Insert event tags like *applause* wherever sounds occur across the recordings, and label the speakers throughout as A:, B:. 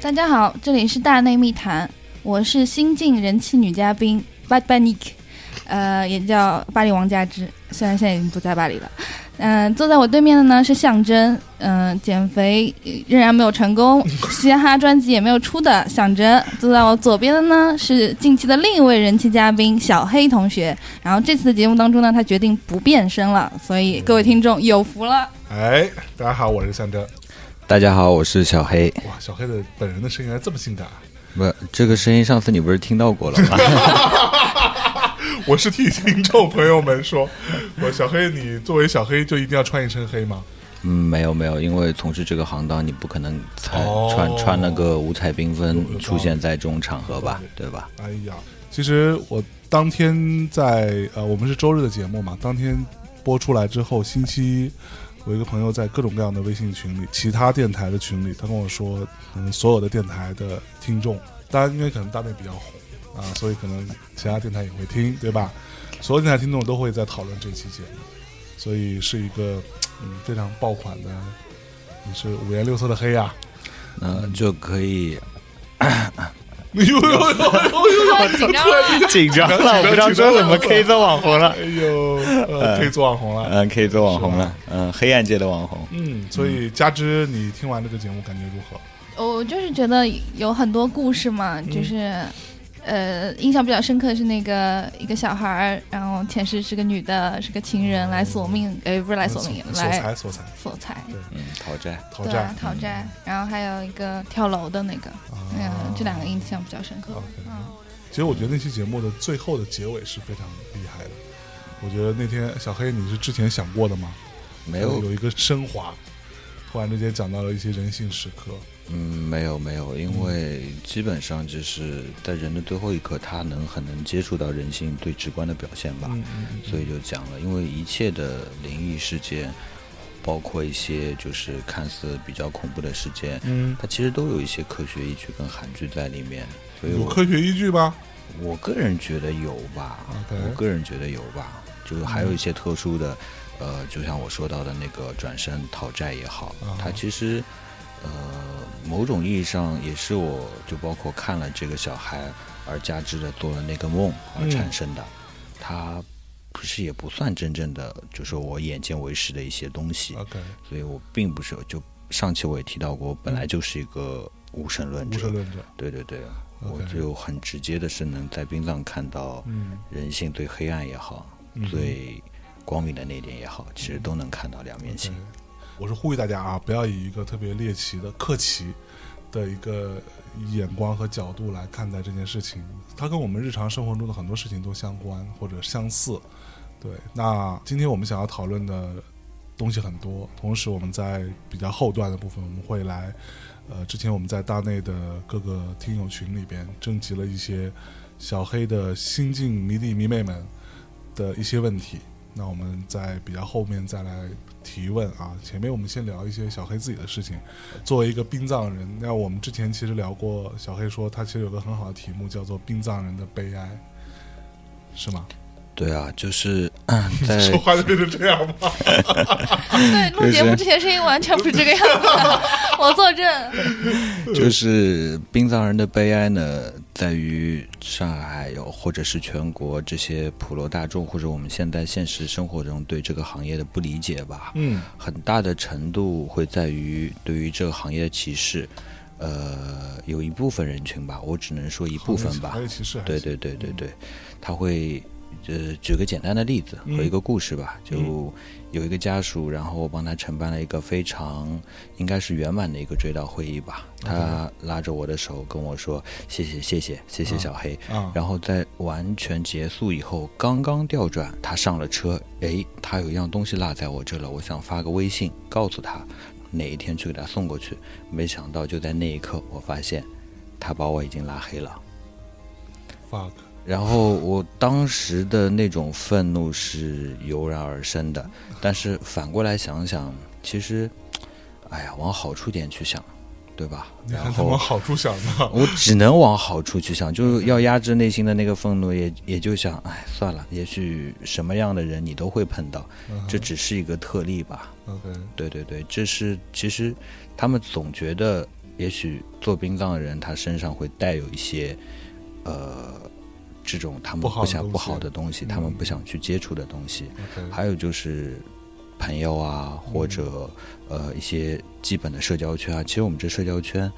A: 大家好，这里是大内密谈，我是新晋人气女嘉宾 Bad Bunny，呃，也叫巴黎王佳芝，虽然现在已经不在巴黎了。嗯、坐在我对面的呢是象征，嗯、减肥呃仍然没有成功，嘻哈专辑也没有出的象征。坐在我左边的呢是近期的另一位人气嘉宾小黑同学，然后这次的节目当中呢，他决定不变身了，所以各位听众有福了。
B: 哎，大家好，我是象征。
C: 大家好，我是小黑。
B: 哇，小黑的本人的声音还这么性感啊，
C: 不，这个声音上次你不是听到过了吗？ *laughs*
B: 我是替听众朋友们说，我小黑，你作为小黑就一定要穿一身黑吗？
C: 嗯，没有没有，因为从事这个行当，你不可能穿、
B: 哦
C: 穿穿那个五彩缤纷
B: 有
C: 出现在这种场合
B: 有道
C: 吧
B: 理，
C: 对吧？
B: 哎呀，其实我当天在呃，我们是周日的节目嘛，当天播出来之后，星期呃我一个朋友在各种各样的微信群里，其他电台的群里，他跟我说，嗯，所有的电台的听众，当然因为可能大内比较红啊，所以可能其他电台也会听，对吧？所有电台听众都会在讨论这期节目，所以是一个嗯非常爆款的，你是五颜六色的黑呀、啊。 *laughs*
C: 那就可以
B: 呦呦呦呦呦！
A: 紧张啊了
C: 紧张
B: 了我不知道
C: *laughs*
B: 说怎么可以
C: 做嗯网红了，
B: 哎 *laughs* 呦，呃，可以做网红了。
C: 嗯，可以做网红了，嗯，黑暗界的网红。
B: 嗯，所以加之你听完这个节目感觉如何？
A: 我就是觉得有很多故事嘛，
B: 嗯
A: 就是，呃，印象比较深刻的是那个一个小孩儿，然后前世是个女的，是个情人来索命，哎，不是来索命，
B: 嗯索
A: 来
B: 财索财
A: 索财，
C: 嗯，讨债。
B: 讨
A: 对
B: 债嗯
A: 啊，讨债，然后还有一个跳楼的那个，嗯，
B: 哦
A: 这两个印象比较深刻
B: 啊 OK。
A: 嗯，
B: 其实我觉得那期节目的最后的结尾是非常厉害的。我觉得那天小黑你是之前想过的吗？
C: 没有，
B: 有一个升华，突然之间讲到了一些人性时刻。
C: 嗯，没有没有，因为基本上就是在人的最后一刻，他能很能接触到人性最直观的表现吧。
B: 嗯嗯
C: 所以就讲了，因为一切的灵异事件，包括一些就是看似比较恐怖的事件，
B: 嗯，
C: 它其实都有一些科学依据跟韩剧在里面。所以
B: 有
C: 我
B: 科学依据吗？
C: 我个人觉得有吧
B: OK
C: 我个人觉得有吧，就是还有一些特殊的，
B: 嗯
C: 呃，就像我说到的那个转身讨债也好
B: 啊，
C: 它其实，呃，某种意义上也是我就包括看了这个小孩而加之的做了那个梦而产生的，
B: 嗯
C: 它其实也不算真正的就是我眼见为实的一些东西，
B: OK，
C: 所以我并不是就上期我也提到过，我本来就是一个无神论
B: 嗯无
C: 者
B: 神，论者。
C: 对对对，我
B: OK
C: 就很直接的是能在冰上看到
B: 嗯
C: 人性最黑暗也好，
B: 嗯
C: 最光明的那一点也好，其实都能看到两面性
B: 对。我是呼吁大家啊，不要以一个特别猎奇的、客奇的一个眼光和角度来看待这件事情，它跟我们日常生活中的很多事情都相关或者相似。对，那今天我们想要讨论的东西很多，同时我们在比较后段的部分，我们会来，呃，之前我们在大内的各个听友群里边征集了一些小黑的新晋迷弟迷妹们的一些问题，那我们在比较后面再来提问啊。前面我们先聊一些小黑自己的事情。作为一个殡葬人，那我们之前其实聊过，小黑说他其实有个很好的题目叫做“殡葬人的悲哀”，是吗？
C: 对啊，
B: *laughs*
C: 就是、嗯在
B: 说话就变成这样吗？ *laughs*
A: 对，录节目之前声音完全不是这个样子的，我作证。
B: *laughs*
C: 就是殡葬人的悲哀呢，在于上海有或者是全国这些普罗大众，或者我们现在现实生活中对这个行业的不理解吧。
B: 嗯
C: 很大的程度会在于对于这个行业的歧视。呃，有一部分人群吧，我只能说一部分吧
B: 还。有歧视，
C: 对对对对对，他会呃举个简单的例子
B: 嗯
C: 和一个故事吧，
B: 嗯
C: 就有一个家属，然后帮他承办了一个非常应该是圆满的一个追悼会议吧。他拉着我的手跟我说：“谢谢谢谢谢谢
B: 啊
C: 小黑。”
B: 啊，
C: 然后在完全结束以后，刚刚调转，他上了车，诶，他有一样东西落在我这了，我想发个微信告诉他，哪一天去给他送过去。没想到就在那一刻，我发现他把我已经拉黑了。
B: 啊 fuck，
C: 然后我当时的那种愤怒是油然而生的，但是反过来想想，其实，哎呀，往好处点去想，对吧？
B: 你
C: 然
B: 还
C: 后
B: 能往好处想呢？
C: 我只能往好处去想，就是要压制内心的那个愤怒，也也就想，哎，算了，也许什么样的人你都会碰到，
B: 嗯
C: 这只是一个特例吧。
B: OK，
C: 对对对，这是其实他们总觉得也许做殡葬的人他身上会带有一些，呃，这种他们
B: 不好
C: 不
B: 的
C: 想
B: 东
C: 不
B: 西
C: 好的东西，
B: 嗯
C: 他们不想去接触的东西。
B: ，OK，
C: 还有就是朋友啊，
B: 嗯
C: 或者呃一些基本的社交圈啊。其实我们这社交圈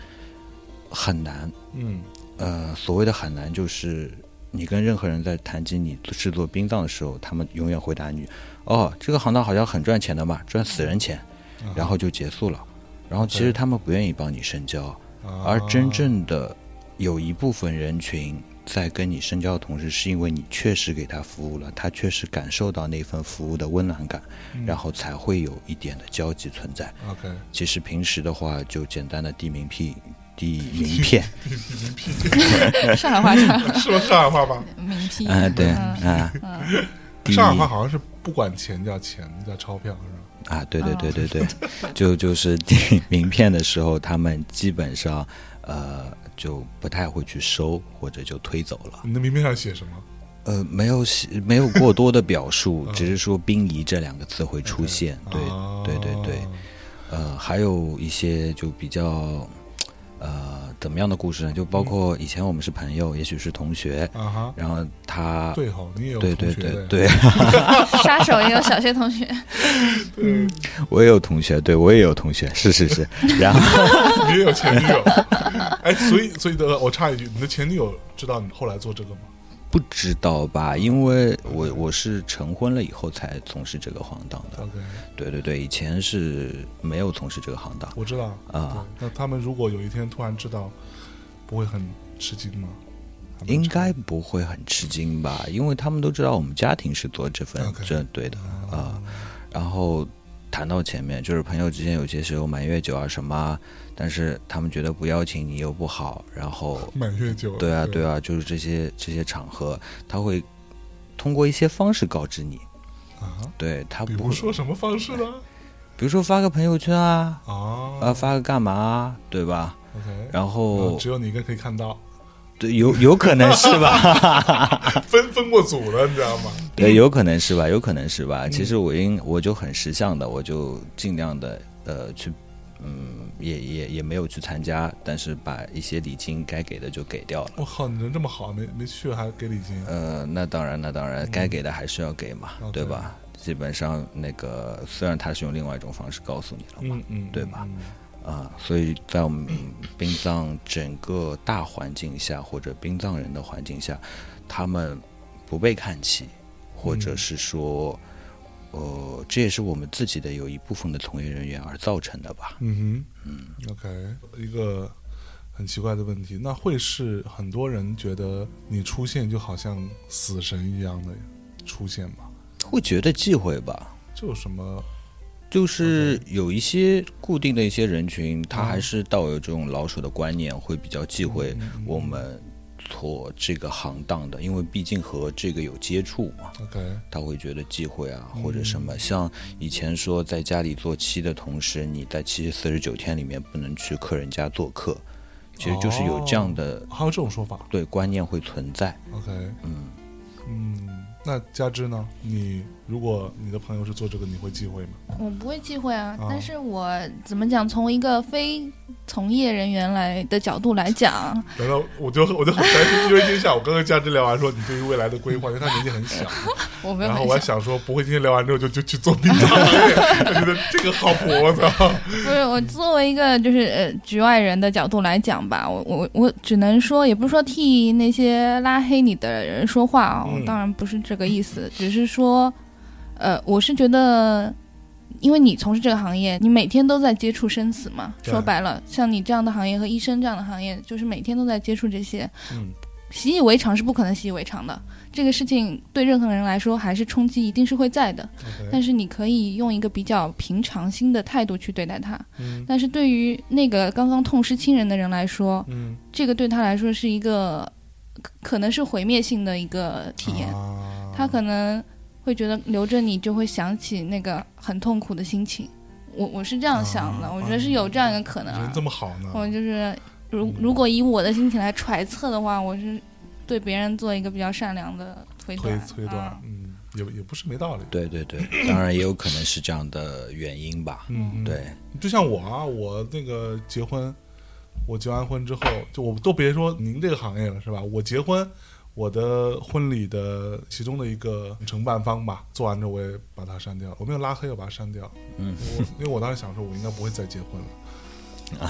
C: 很难，
B: 嗯
C: 呃，所谓的很难就是你跟任何人在谈及你制作殡葬的时候，他们永远回答你：“哦，这个行当好像很赚钱的嘛，赚死人钱。”
B: 啊
C: 然后就结束了。然后其实
B: 对
C: 他们不愿意帮你深交，
B: 啊
C: 而真正的有一部分人群在跟你深交的同时，是因为你确实给他服务了，他确实感受到那份服务的温暖感，
B: 嗯
C: 然后才会有一点的交集存在。
B: OK， *laughs*
C: 其实平时的话，就简单的递名片、递
A: *laughs*
C: 名片，
A: 上海话，上海
B: 是不是上海话吧？*laughs*
A: 名批，
C: 啊，对，
A: 嗯
C: 啊，
A: 嗯，
C: 递
B: 上海话好像是不管钱叫钱，叫钞票是吧？
C: 啊，对对对对对， *laughs* 就就是递名片的时候，他们基本上呃就不太会去收，或者就推走了。
B: 你的名片上写什么？
C: 呃，没有写没有过多的表述
B: *laughs* ，嗯
C: 只是说“殡仪”这两个词会出现。对
B: 啊
C: 对对对，呃，还有一些就比较，呃，怎么样的故事呢？就
B: 嗯
C: 包括以前我们是朋友，也许是同学，
B: 啊哈，
C: 然后他。
B: 对吼，你也有
C: 啊对
B: 同
C: 对
B: 学的
C: 对
B: 呀，
C: 对， *laughs*
A: 杀手也有小学同学，
C: 我也有同学，对我也有同学，是是 *laughs* 是。然后
B: 你也有前女友。 *laughs* 哎，所以所以的，我插一句，你的前女友知道你后来做这个吗？
C: 不知道吧，因为我我是成婚了以后才从事这个行当的。
B: OK，
C: 对对对，以前是没有从事这个行当。
B: 我知道
C: 啊
B: 对那他们如果有一天突然知道，不会很吃惊吗？还蛮
C: 应该不会很吃惊吧，因为他们都知道我们家庭是做这份
B: OK
C: 这对的
B: 啊
C: 啊、然后谈到前面，就是朋友之间有些时候满月酒啊什么啊，但是他们觉得不邀请你又不好，然后
B: 满月酒，
C: 对啊对
B: 啊
C: 啊，就是这些这些场合，他会通过一些方式告知你，
B: 啊，
C: 对他
B: 比
C: 不
B: 如
C: 会，
B: 说什么方式呢？
C: 比如说发个朋友圈啊，
B: 啊
C: 啊发个干嘛啊，对吧？
B: ，OK，
C: 然
B: 嗯
C: 后
B: 只有你一个可以看到，
C: 对有有可能是吧？
B: *laughs* 分分过组了，你知道吗？
C: 对，有可能是吧，有可能是吧。其实我应我就很识相的，我就尽量的呃去，嗯，也也也没有去参加，但是把一些礼金该给的就给掉了。
B: 我靠，你人这么好，没没去还给礼金，
C: 呃，那当然，那当然，该给的还是要给嘛，
B: 嗯
C: 对吧？基本上那个虽然他是用另外一种方式告诉你了嘛，
B: 嗯嗯，
C: 对吧
B: 嗯？
C: 啊，所以在我们殡葬整个大环境下，或者殡葬人的环境下，他们不被看起，或者是说，呃，这也是我们自己的有一部分的从业人员而造成的吧。
B: 嗯哼，嗯，OK，一个很奇怪的问题，那会是很多人觉得你出现就好像死神一样的出现吗？
C: 会觉得忌讳吧，
B: 这有什么？
C: 就是有一些固定的一些人群，他还是带有这种老鼠的观念，会比较忌讳
B: 嗯
C: 我们做这个行当的，因为毕竟和这个有接触嘛。
B: OK，
C: 他会觉得忌讳啊，或者什么。像以前说在家里做七的同时，你在七十四十九天里面不能去客人家做客，其实就是有这样的、
B: 还有这种说法
C: 对观念会存在。
B: ？OK，
C: 嗯，
B: 嗯，那加之呢？你如果你的朋友是做这个，你会忌讳吗？
A: 我不会忌讳啊
B: 哦，
A: 但是我怎么讲，从一个非从业人员来的角度来讲，
B: 难道我就我就很担心，因为今天下午刚跟加之聊完，说你对于未来的规划，因为他年纪很小，
A: 我没有
B: 然后
A: 很
B: 我还
A: 想，
B: 想说，不会今天聊完之后就就去做殡 *laughs* 葬了，我觉得这个靠谱，我操！
A: 不是我作为一个就是呃局外人的角度来讲吧，我我我只能说，也不是说替那些拉黑你的人说话啊、
B: 嗯
A: 当然不是这个意思，只是说，呃，我是觉得。因为你从事这个行业，你每天都在接触生死嘛。
B: 对
A: 说白了，像你这样的行业和医生这样的行业，就是每天都在接触这些。
B: 嗯
A: 习以为常是不可能习以为常的，这个事情对任何人来说还是冲击一定是会在的。
B: ，OK，
A: 但是你可以用一个比较平常心的态度去对待它。
B: 嗯
A: 但是对于那个刚刚痛失亲人的人来说，
B: 嗯，
A: 这个对他来说是一个可可能是毁灭性的一个体验，
B: 啊
A: 他可能会觉得留着你就会想起那个很痛苦的心情。我我是这样想的，
B: 啊
A: 我觉得是有这样一个可能、啊
B: 人。这么好呢，
A: 我就是
B: 嗯
A: 如如果以我的心情来揣测的话，我是对别人做一个比较善良的推
B: 推
A: 断。
B: 推断
A: 啊，
B: 嗯，也也不是没道理。
C: 对对 *laughs* 对，当然也有可能是这样的原因吧。
B: 嗯，嗯
C: 对，
B: 就像我啊，我那个结婚，我结完婚之后，就我都别说您这个行业了，是吧？我结婚，我的婚礼的其中的一个承办方吧，做完之后我也把它删掉了，我没有拉黑，我把它删掉。
C: 嗯
B: 我，因为我当时想说，我应该不会再结婚了。
A: 啊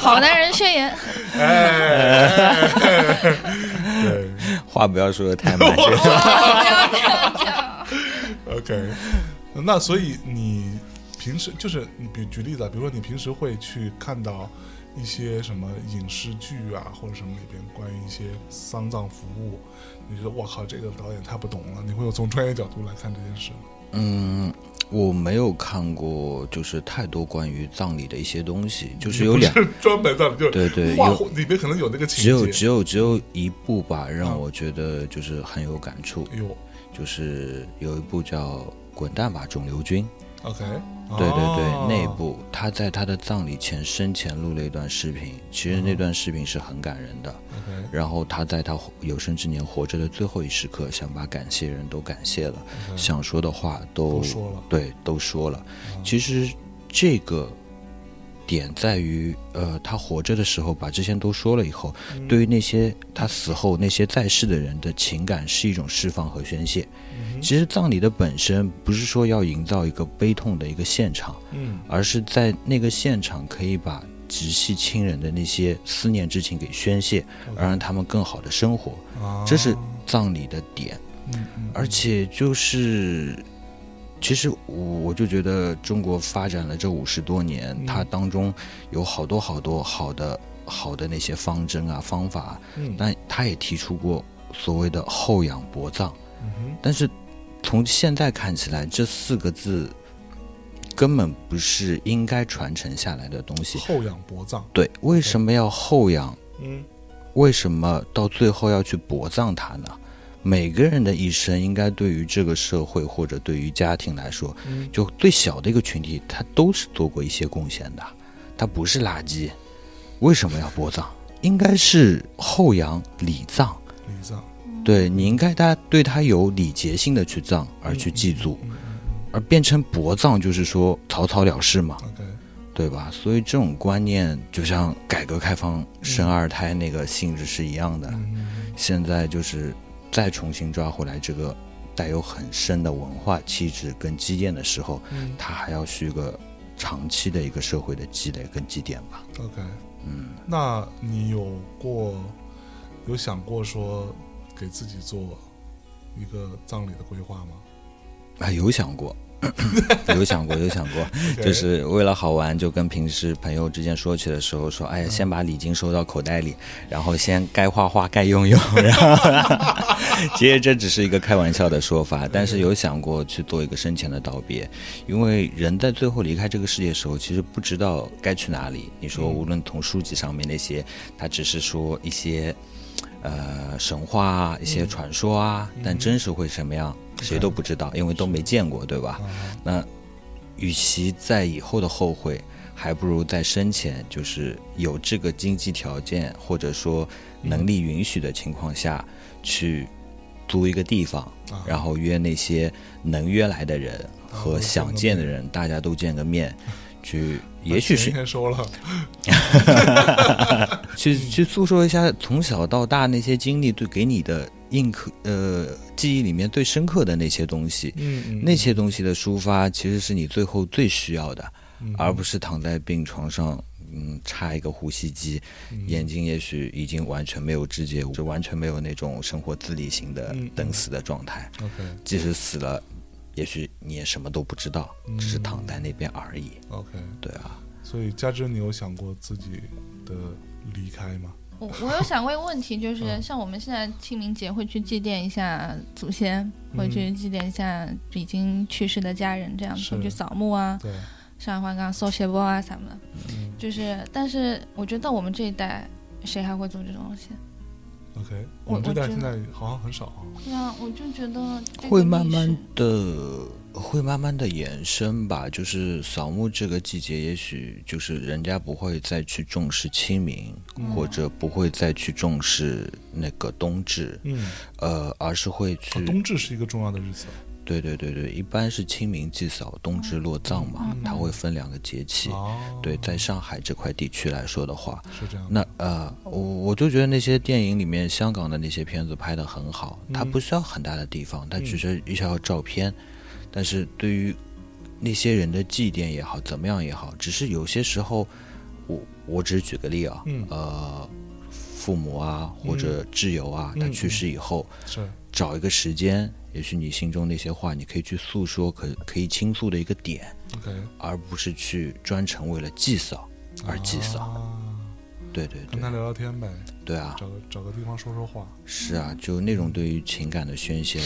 A: 好
B: *laughs*
A: 男人宣言，
B: 哎，对
C: 话不要说的太满，这 *laughs* 个
A: 不要这样讲。
B: ，OK。那所以你平时就是你比举例子啊，比如说你平时会去看到一些什么影视剧啊，或者什么里边关于一些丧葬服务，你觉得我靠，这个导演太不懂了。你会有从专业角度来看这件事吗？ *laughs*
C: 嗯，我没有看过，就是太多关于葬礼的一些东西，嗯就是有
B: 不
C: 两，
B: 是专门的，就是
C: 对 *laughs* 对，
B: 画
C: 有
B: 里边可能有那个情
C: 只有
B: 节。
C: 只有只有一部吧，让
B: 嗯
C: 我觉得就是很有感触，
B: 哎呦
C: 就是有一部叫《滚蛋吧，肿瘤君》。
B: ，OK，对
C: 对对对，那一部他在他的葬礼前生前录了一段视频，其实那段视频是很感人的。
B: OK，
C: 然后他在他有生之年活着的最后一时刻，想把感谢人都感谢了，想说的话都
B: 嗯都说了
C: 对，都说了。
B: 嗯
C: 其实这个点在于，呃，他活着的时候把这些都说了以后，
B: 嗯
C: 对于那些他死后那些在世的人的情感是一种释放和宣泄。
B: 嗯哼
C: 其实葬礼的本身不是说要营造一个悲痛的一个现场，
B: 嗯
C: 而是在那个现场可以把直系亲人的那些思念之情给宣泄，而让他们更好的生活，
B: 啊
C: 这是葬礼的点。
B: 嗯嗯
C: 而且就是，其实我我就觉得中国发展了这五十多年，
B: 嗯
C: 它当中有好多好多好的好的那些方针啊方法啊，
B: 嗯
C: 但他也提出过所谓的后养薄葬。
B: 嗯哼
C: 但是从现在看起来，这四个字根本不是应该传承下来的东西。
B: 后仰脖葬，
C: 对，为什么要后养？
B: 嗯
C: 为什么到最后要去薄葬它呢？每个人的一生，应该对于这个社会或者对于家庭来说，
B: 嗯
C: 就最小的一个群体，他都是做过一些贡献的，他不是垃圾。为什么要薄葬？应该是后扬礼葬，
B: 礼葬，
C: 对你应该大家对他有礼节性的去葬，而去祭祖。
B: 嗯嗯
C: 而变成薄葬，就是说草草了事嘛，
B: ，OK，
C: 对吧？所以这种观念就像改革开放生二胎那个性质是一样的，
B: 嗯
C: 现在就是再重新抓回来这个带有很深的文化气质跟积淀的时候，
B: 嗯
C: 它还要是一个长期的一个社会的积累跟积淀吧。
B: ，OK，
C: 嗯，
B: 那你有过有想过说给自己做一个葬礼的规划
C: *laughs*
B: 吗？
C: 啊，有想过， *coughs* 有想过，有想过。就是为了好玩，就跟平时朋友之间说起的时候说，哎呀，先把礼金收到口袋里，然后先该花花该用用，然后其实这只是一个开玩笑的说法，但是有想过去做一个生前的道别，因为人在最后离开这个世界的时候，其实不知道该去哪里。你说，无论从书籍上面那些，它只是说一些。呃，神话啊，一些传说啊，但真实会什么样，谁都不知道，因为都没见过，对吧？
B: 啊，
C: 那与其在以后的后悔，还不如在生前，就是有这个经济条件或者说
B: 嗯
C: 能力允许的情况下，去租一个地方，
B: 啊
C: 然后约那些能约来的人和
B: 都见
C: 想
B: 个
C: 见的
B: 面啊
C: 人，大家都见
B: *laughs*
C: 个面，去，也许是
B: 先
C: *laughs*
B: 收了，
C: 去去诉说一下从小到大那些经历对给你的印刻呃记忆里面最深刻的那些东西，
B: 嗯
C: 那些东西的抒发其实是你最后最需要的，
B: 嗯
C: 而不是躺在病床上，嗯，插一个呼吸机，
B: 嗯
C: 眼睛也许已经完全没有知觉，就完全没有那种生活自理型的
B: 嗯
C: 等死的状态。
B: OK
C: 即使死了，也许你也什么都不知道，只
B: 嗯
C: 是躺在那边而已。
B: OK，
C: 对啊，
B: 所以加之你有想过自己的离开吗？
A: 我我有想过一个问题，
B: *laughs*
A: 就是
B: 嗯
A: 像我们现在清明节会去祭奠一下祖先，会去
B: 嗯
A: 祭奠一下已经去世的家人，这样
B: 是
A: 会去扫墓啊，
B: 对，
A: 上海话刚搜血包啊什么的。
B: 嗯
A: 就是，但是我觉得到我们这一代，谁还会做这种东西？
B: ，OK，
A: 我
B: 我们这
A: 我
B: 代
A: 觉
B: 现
A: 得
B: 在好像很少啊，
A: 对啊，我就觉得这个
C: 会慢
A: 历史
C: 慢的。会慢慢的延伸吧，就是扫墓这个季节，也许就是人家不会再去重视清明，或者不会再去重视那个冬至，
B: 嗯，
C: 呃，而是会去、
B: 哦冬至是一个重要的日子，
C: 对对对对，一般是清明祭扫，冬至落葬嘛
A: 嗯，
C: 它会分两个节气。
B: 哦，
C: 对，在上海这块地区来说的话，
B: 是这样的。
C: 那呃，我我就觉得那些电影里面香港的那些片子拍得很好，它
B: 嗯
C: 不需要很大的地方，它
B: 嗯
C: 只是一条照片，但是对于那些人的祭奠也好，怎么样也好，只是有些时候，我我只是举个例啊，
B: 嗯
C: 呃，父母啊或者挚友啊，他
B: 嗯
C: 去世以后，
B: 是
C: 找一个时间，也许你心中那些话，你可以去诉说，可可以倾诉的一个点，
B: OK，
C: 而不是去专程为了祭扫而祭扫。
B: 啊
C: 对对
B: 跟
C: 对
B: 他聊聊天呗，
C: 对啊，
B: 找个找个地方说说话。
C: 是啊，就那种对于情感的宣泄，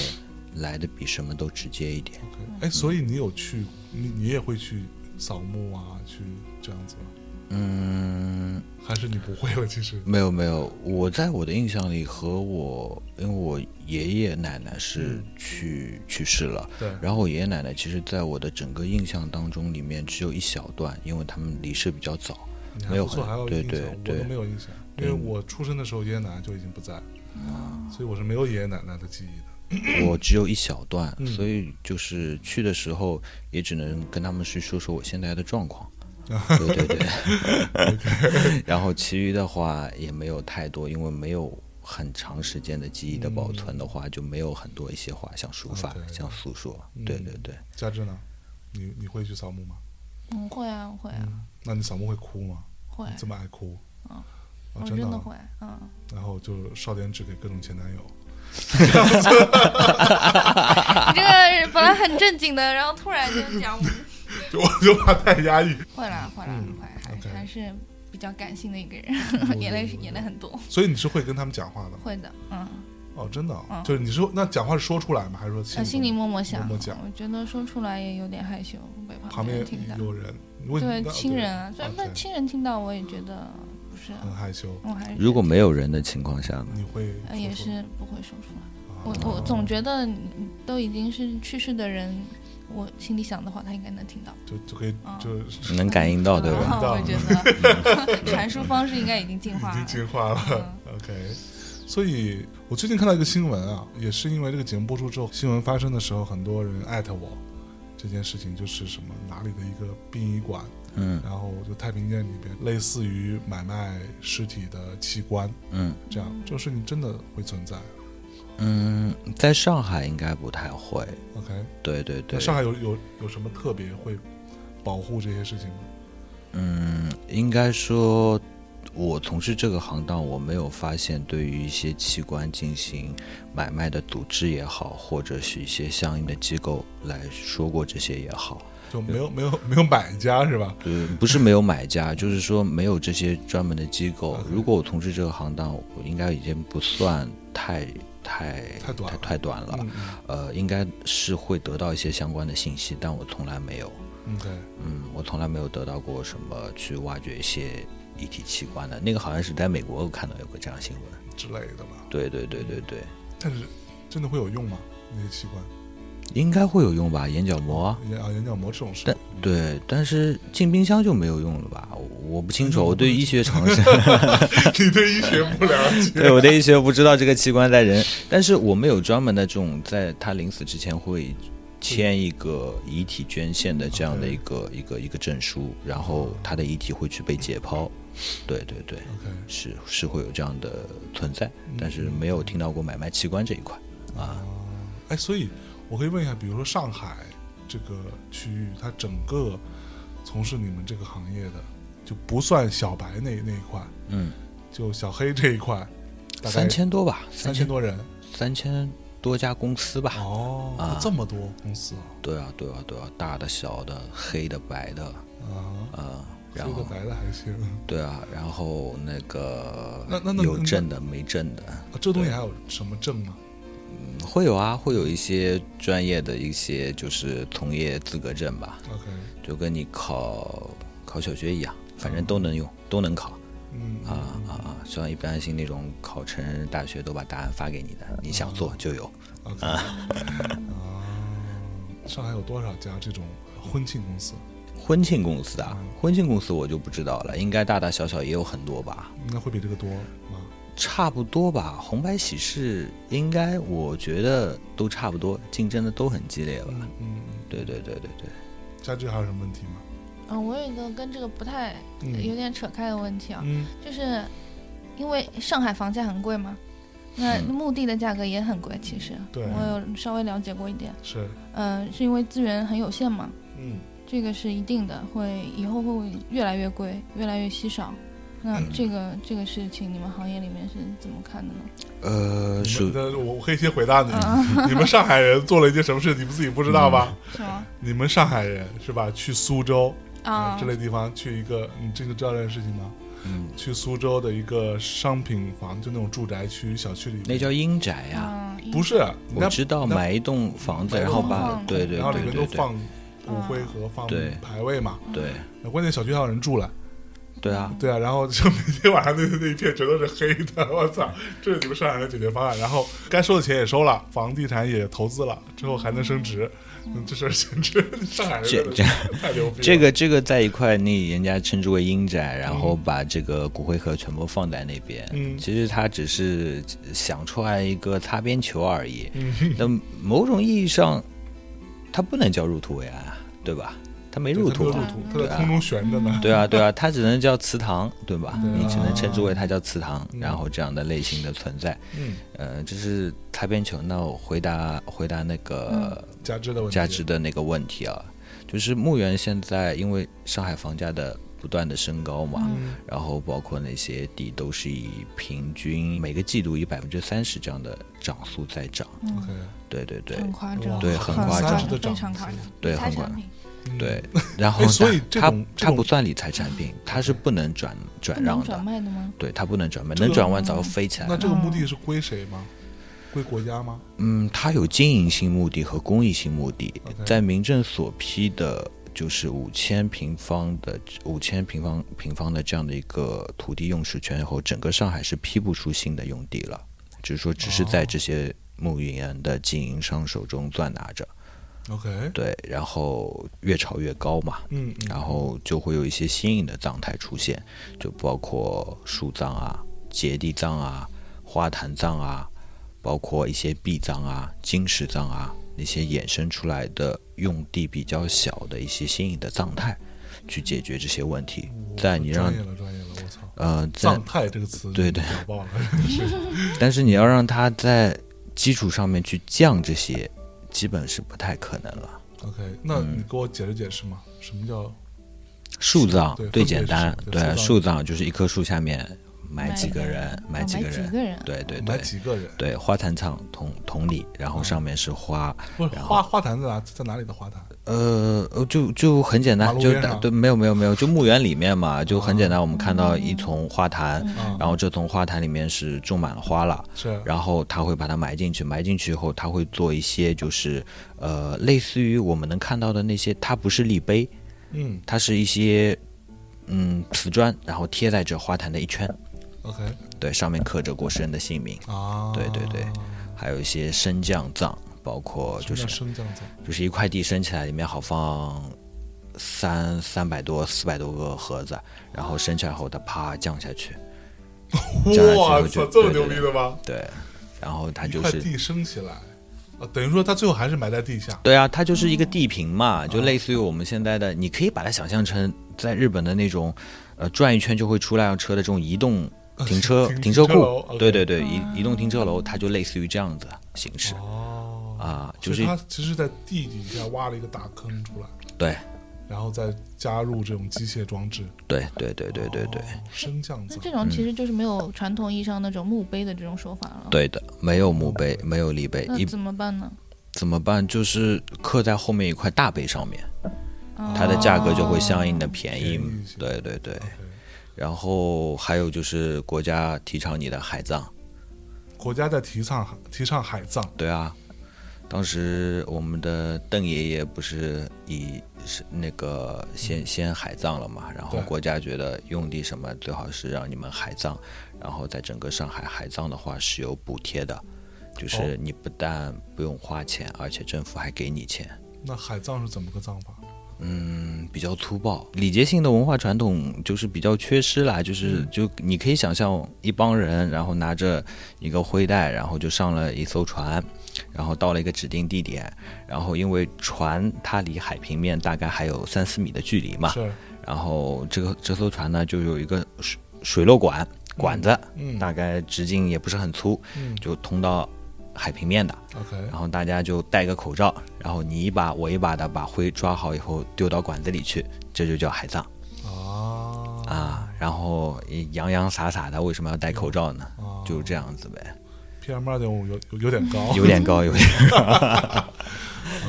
C: 来的比什么都直接一点。
B: OK，哎，所以你有去，你你也会去扫墓啊，去这样子吗？
C: 嗯，
B: 还是你不会了？其实，
C: 没有没有，我在我的印象里和我，因为我爷爷奶奶是
B: 嗯
C: 去、去世了，
B: 对，
C: 然后我爷爷奶奶其实在我的整个印象当中里面只有一小段，因为他们离世比较早。
B: 你还
C: 没有
B: 不错，
C: 很
B: 还有
C: 对
B: 印象，
C: 对
B: 我
C: 对嗯
B: 都没有印象，因
C: 对
B: 为我出生的时候爷爷奶奶就已经不在，
C: 啊
B: 所以我是没有爷爷奶奶的记忆的。
C: 我只有一小段，
B: 嗯
C: 所以就是去的时候也只能跟他们去说说我现在的状况。对对对，然后其余的话也没有太多，因为没有很长时间的记忆的保存的话，就没有很多一些话想抒发、
B: OK
C: 想诉说。
B: 嗯
C: 对对对，
B: 家志呢？你你会去扫墓吗？
A: 嗯，会啊，会啊，
B: 嗯，那你扫墓会哭吗？
A: 会
B: 你，这么爱哭？
A: 嗯
B: 啊，
A: 我
B: 真
A: 真
B: 啊
A: 的会，嗯，
B: 然后就烧点纸给各种前男友。
A: 你 *laughs* 这个本来很正经的，然后突然就
B: *laughs*
A: 讲，
B: 就我就怕太压抑，
A: 会啦，会啦
B: 嗯，
A: 会，还
B: OK 嗯
A: 还是比较感性的一个
B: 我
A: 人，眼泪是
B: 我
A: 眼泪很多，
B: 所以你是会跟他们讲话的
A: 会的，嗯，
B: 哦，真的哦、
A: 嗯
B: 就是你是那讲话是说出来吗？还是说
A: 呃，心里
B: 默
A: 默默想，
B: 默默讲
A: 我觉得说出来也有点害羞，被
B: 旁
A: 旁
B: 边
A: 边人听到，
B: 有人问
A: 对
B: 那
A: 亲人啊，虽然被
B: OK
A: 亲人听到，我也觉得不是，
B: 很害羞，
A: 我还是
C: 如果没有人的情况下呢？
B: 你会
A: 呃也
B: 说出来
A: 是不会说出来。
B: 啊
A: 我我总觉得你都已经是去世的人，我心里想的话，他应该能听到。
B: 就就可以
A: 啊
B: 就
C: 能感应到对
A: 然
C: 吧？
A: 后我觉
B: *laughs*
A: 得传输方式应该已经进化
B: 已
A: 了嗯
B: 经。进化了。OK，所以我最近看到一个新闻啊，也是因为这个节目播出之后，新闻发生的时候，很多人艾特我这件事情，就是什么哪里的一个殡仪馆，
C: 嗯
B: 然后就太平间里边类似于买卖尸体的器官，
C: 嗯
B: 这样这种事情真的会存在。
C: 嗯，在上海应该不太会。
B: OK，
C: 对对
B: 那
C: 对，
B: 上海有有有什么特别会保护这些事情吗？
C: 嗯，应该说，我从事这个行当，我没有发现对于一些器官进行买卖的组织也好，或者是一些相应的机构来说过这些也好，
B: 就没有没有没有买家是吧？
C: 对，不是没有买家，就是说没有这些专门的机构
B: OK。
C: 如果我从事这个行当，我应该已经不算太太
B: 太短
C: 太
B: 了，
C: 太短了，
B: 嗯嗯
C: 呃，应该是会得到一些相关的信息，但我从来没有。
B: 嗯，OK，
C: 嗯，我从来没有得到过什么去挖掘一些遗体器官的，那个好像是在美国我看到有个这样的新闻。
B: 之类的吧。
C: 对对对对对，
B: 但是真的会有用吗？那些器官？
C: 应该会有用吧？眼角膜啊，
B: 眼啊眼角膜这种事
C: 但，对，但是进冰箱就没有用了吧？我我不清楚，
B: 嗯
C: 我对医学常
B: *laughs*
C: 识，*laughs*
B: 你对医学不了解。
C: 对我对医学不知道这个器官在人，但是我们有专门的这种，在他临死之前会。签一个遗体捐献的这样的
B: OK
C: 一个一个一个证书，然后他的遗体会去被解剖，对对对，
B: *laughs* OK，
C: 是是会有这样的存在，
B: 嗯
C: 但是没有听到过买卖器官这一块啊。
B: 哎，所以我可以问一下，比如说上海这个区域，它整个从事你们这个行业的，就不算小白那那一块，
C: 嗯，
B: 就小黑这一块，大概
C: 三千多吧，
B: 三
C: 三
B: 千
C: 千
B: 多人
C: 三千多家公司吧。
B: 哦，
C: 啊
B: 这么多公司啊
C: 对啊，对啊，对啊，大的、小的、黑的、白的，
B: 啊，
C: 呃，
B: 黑
C: 然
B: 的
C: 后
B: 白的还行，
C: 对啊，然后那个
B: 那那那
C: 呃有
B: 那
C: 证的、没证的，
B: 啊这东西还有什么证吗？
C: 嗯会有啊，会有一些专业的一些就是从业资格证吧，
B: ？OK，
C: 就跟你考考小学一样，反
B: 哦
C: 正都能用，都能考。
B: 嗯
C: 啊啊啊！像一般性那种考成大学都把答案发给你的，你想做就有。 *laughs*
B: ，OK，啊，上海有多少家这种婚庆公司？
C: 婚庆公司啊
B: 嗯，
C: 婚庆公司我就不知道了，应该大大小小也有很多吧。
B: 应该会比这个多吗？
C: 差不多吧，红白喜事应该我觉得都差不多，竞争的都很激烈吧。
B: 嗯嗯，嗯
C: 对对对对对，
B: 家具还有什么问题吗？
A: 嗯，我有一个跟这个不太有点扯开的问题啊，
B: 嗯
A: 就是因为上海房价很贵嘛，那
C: 嗯
A: 墓地的价格也很贵，其实
B: 对
A: 我有稍微了解过一点，
B: 是，
A: 嗯、是因为资源很有限嘛，
B: 嗯
A: 这个是一定的，会以后会越来越贵，越来越稀少。那
C: 嗯
A: 这个、这个事情，你们行业里面是怎么看的呢？
C: 呃，
B: 你
C: 属
B: 们的我我可以先回答你，*laughs*
A: 嗯
B: 你们上海人做了一件什么事，你们自己不知道吧？
C: 嗯
A: 是吗？
B: 你们上海人是吧？去苏州
A: 啊，
B: 之类地方，去一个，你这个知道这件事情吗？
C: 嗯，
B: 去苏州的一个商品房，就那种住宅区小区里面，
C: 那叫阴宅呀、
A: 啊，一
B: 不是？
C: 我
B: 那
C: 知道
B: 嗯那
C: 买一栋房子，
B: 买一
C: 然
B: 栋
C: 后
A: 房
C: 把
A: 子
C: 对对
B: 然后里
C: 对
B: 面
C: 对
B: 都
C: 对
B: 放骨灰盒、放
C: 对
B: 牌位嘛。
C: 对
B: 那关键小区还有人住了，
C: 对啊，
B: 对啊，然后就每天晚上那那一片全都是黑的，我操！这是你们上海的解决方案。然后该收的钱也收了，房地产也投资了，之后还能升值，嗯、这事儿简直上海人
C: 这
B: 真的
C: 这
B: 太牛逼了。
C: 这个这个在一块，那人家称之为阴宅，然后把这个骨灰盒全部放在那边。
B: 嗯
C: 其实他只是想出来一个擦边球而已。
B: 嗯
C: 那某种意义上，他不能叫入土为安啊，对吧？他没
B: 对
C: 入
B: 它没有
C: 土
B: 入
C: 啊。
B: 土，它在空中悬着呢。
C: 对啊，对啊，它只能叫祠堂，对吧？
B: 对啊
C: 你只能称之为它叫祠堂，
B: 嗯
C: 然后这样的类型的存在，
B: 嗯，
C: 呃，这是擦边球。那我回答回答那个
B: 价值的问题，
C: 价值的那个问题啊，就是墓园现在因为上海房价的不断的升高嘛，
B: 嗯
C: 然后包括那些地都是以平均每个季度以百分之三十这样的涨速在涨，
B: ，OK，
C: 对对对
B: 嗯
A: 很嗯夸张，
B: 哇
C: 对很夸张
A: 非常夸张，
C: 对，
A: 财
C: 很
A: 产
C: 管
A: 品
B: 嗯 *laughs*
C: 对，，然后
B: 哎所以这
C: 它
B: 种这
C: 它
B: 种
C: 不算理财产品，它是不能转
A: 不
C: 转让
A: 能
C: 的
A: 转，卖的吗？嗯
C: 对，它不能转卖，
B: 这个
C: 能转弯早就飞起来
B: 那
C: 了。
B: 这个墓地是归谁吗？归国家吗？
C: 嗯，它有经营性目的和公益性目的
B: OK，
C: 在民政所批的。就是五千平方的五千平方平方的这样的一个土地用使权后，整个上海是批不出新的用地了，只是说只是在
B: 哦
C: 这些牧园的经营商手中攥拿着，
B: OK，
C: 对，然后越炒越高嘛，
B: 嗯，嗯
C: 然后就会有一些新颖的葬台出现，就包括树葬啊、结地葬啊、花坛葬啊，包括一些壁葬啊、金石葬啊那些衍生出来的用地比较小的一些新颖的葬态，去解决这些问题。在你
B: 嗯
C: 让
B: 专业了，专业了，我操！
C: 呃，在
B: 藏态这个词，
C: 对对，
B: 屌爆了， *laughs*
C: 但是你要让它在基础上面去降这些，基本是不太可能了。
B: OK，那
C: 嗯
B: 你给我解释解释嘛，什么叫
C: 树葬
B: 对分
C: 最
B: 别
C: 简
B: 是
C: 单，
B: 对
C: 对，啊
B: 树
C: 树葬就是一棵树下面埋几个人，埋
A: 买
C: 几个
A: 几
C: 人，
A: 个人，
C: 对对
B: 买
C: 对
B: 几个
C: *laughs*
B: 人？
C: 对，花坛厂同同理，然后上面是花，
B: 不是
C: 然后
B: 花花坛在哪？在哪里的花坛？
C: 呃，呃就就很简
B: 马
C: 单，
B: 路
C: 就
B: 边
C: 打
B: 上
C: 对，没有没有没有，就墓园里面 *laughs* 嘛，就很简单。我们看到一丛花坛，
B: 啊，
C: 然后这丛花坛里面是种满了花了，
B: 是
C: 然后他会把它埋进去，埋进去以后，他会做一些就是呃，类似于我们能看到的那些，它不是立碑，
B: 嗯
C: 它是一些嗯瓷砖，然后贴在这花坛的一圈，
B: ，OK
C: 对，上面刻着过世人的姓名，
B: 啊，
C: 对对对，还有一些升降葬，包括
B: 什
C: 就
B: 么叫
C: 是
B: 升降走？
C: 就是一块地升起来，里面好放三三百多、四百多个盒子，然后升起来后它啪降下去，降下去
B: 哇
C: 后
B: 操，
C: 就
B: 这么
C: 对
B: 牛逼的吗？
C: 对，然后它
B: 一
C: 就
B: 块
C: 是
B: 地升起来，啊，等于说它最后还是埋在地下。
C: 对啊，它就是一个地坪嘛，
B: 啊
C: 就类似于我们现在的，你可以把它想象成在日本的那种，呃，转一圈就会出辆车的这种移动停车
B: *laughs* 呃停
C: 停车
B: 停车楼
C: 库，
B: ，OK 啊
C: 对对对，移移动停车楼，它就类似于这样子形式
B: 哦，
C: 啊，就
B: 所
C: 是
B: 以它其实，在地底下挖了一个大坑出来，
C: 对
B: 然后再加入这种机械装置。
C: 对对对对对对。
B: 哦，升降
A: 那
B: 走。
A: 这种其实就是没有传统意义上那种墓碑的这种说法了。，
C: 嗯对的，没有墓碑，没有立碑，
A: 那
C: 一
A: 怎么办呢？
C: 怎么办？就是刻在后面一块大碑上面，它
A: 它
C: 的价格就会相应的便宜。
B: 哦便宜一些
C: 对对对，
B: OK
C: 然后还有就是国家提倡你的海葬，
B: 国家在提倡提倡海葬，
C: 对啊。当时我们的邓爷爷不是以是那个先先海葬了嘛，然后
B: 对
C: 国家觉得用地什么最好是让你们海葬，然后在整个上海海葬的话是有补贴的，就是
B: 哦
C: 你不但不用花钱，而且政府还给你钱。
B: 那海葬是怎么个葬法？
C: 嗯，比较粗暴，礼节性的文化传统就是比较缺失啦。就是
B: 嗯
C: 就你可以想象一帮人，然后拿着一个灰袋，然后就上了一艘船，然后到了一个指定地点，然后因为船它离海平面大概还有三四米的距离嘛，
B: 是，
C: 然后这个这艘船呢就有一个水水漏管管子，
B: 嗯
C: 大概直径也不是很粗，
B: 嗯
C: 就通到海平面的。
B: ，OK，
C: 然后大家就戴个口罩，然后你一把我一把的把灰抓好以后丢到管子里去，这就叫海葬
B: 啊
C: 啊。然后洋洋洒洒的，为什么要戴口罩呢？
B: 啊
C: 就这样子呗，
B: ，PM 二点五有有有点高
C: 有点高，有点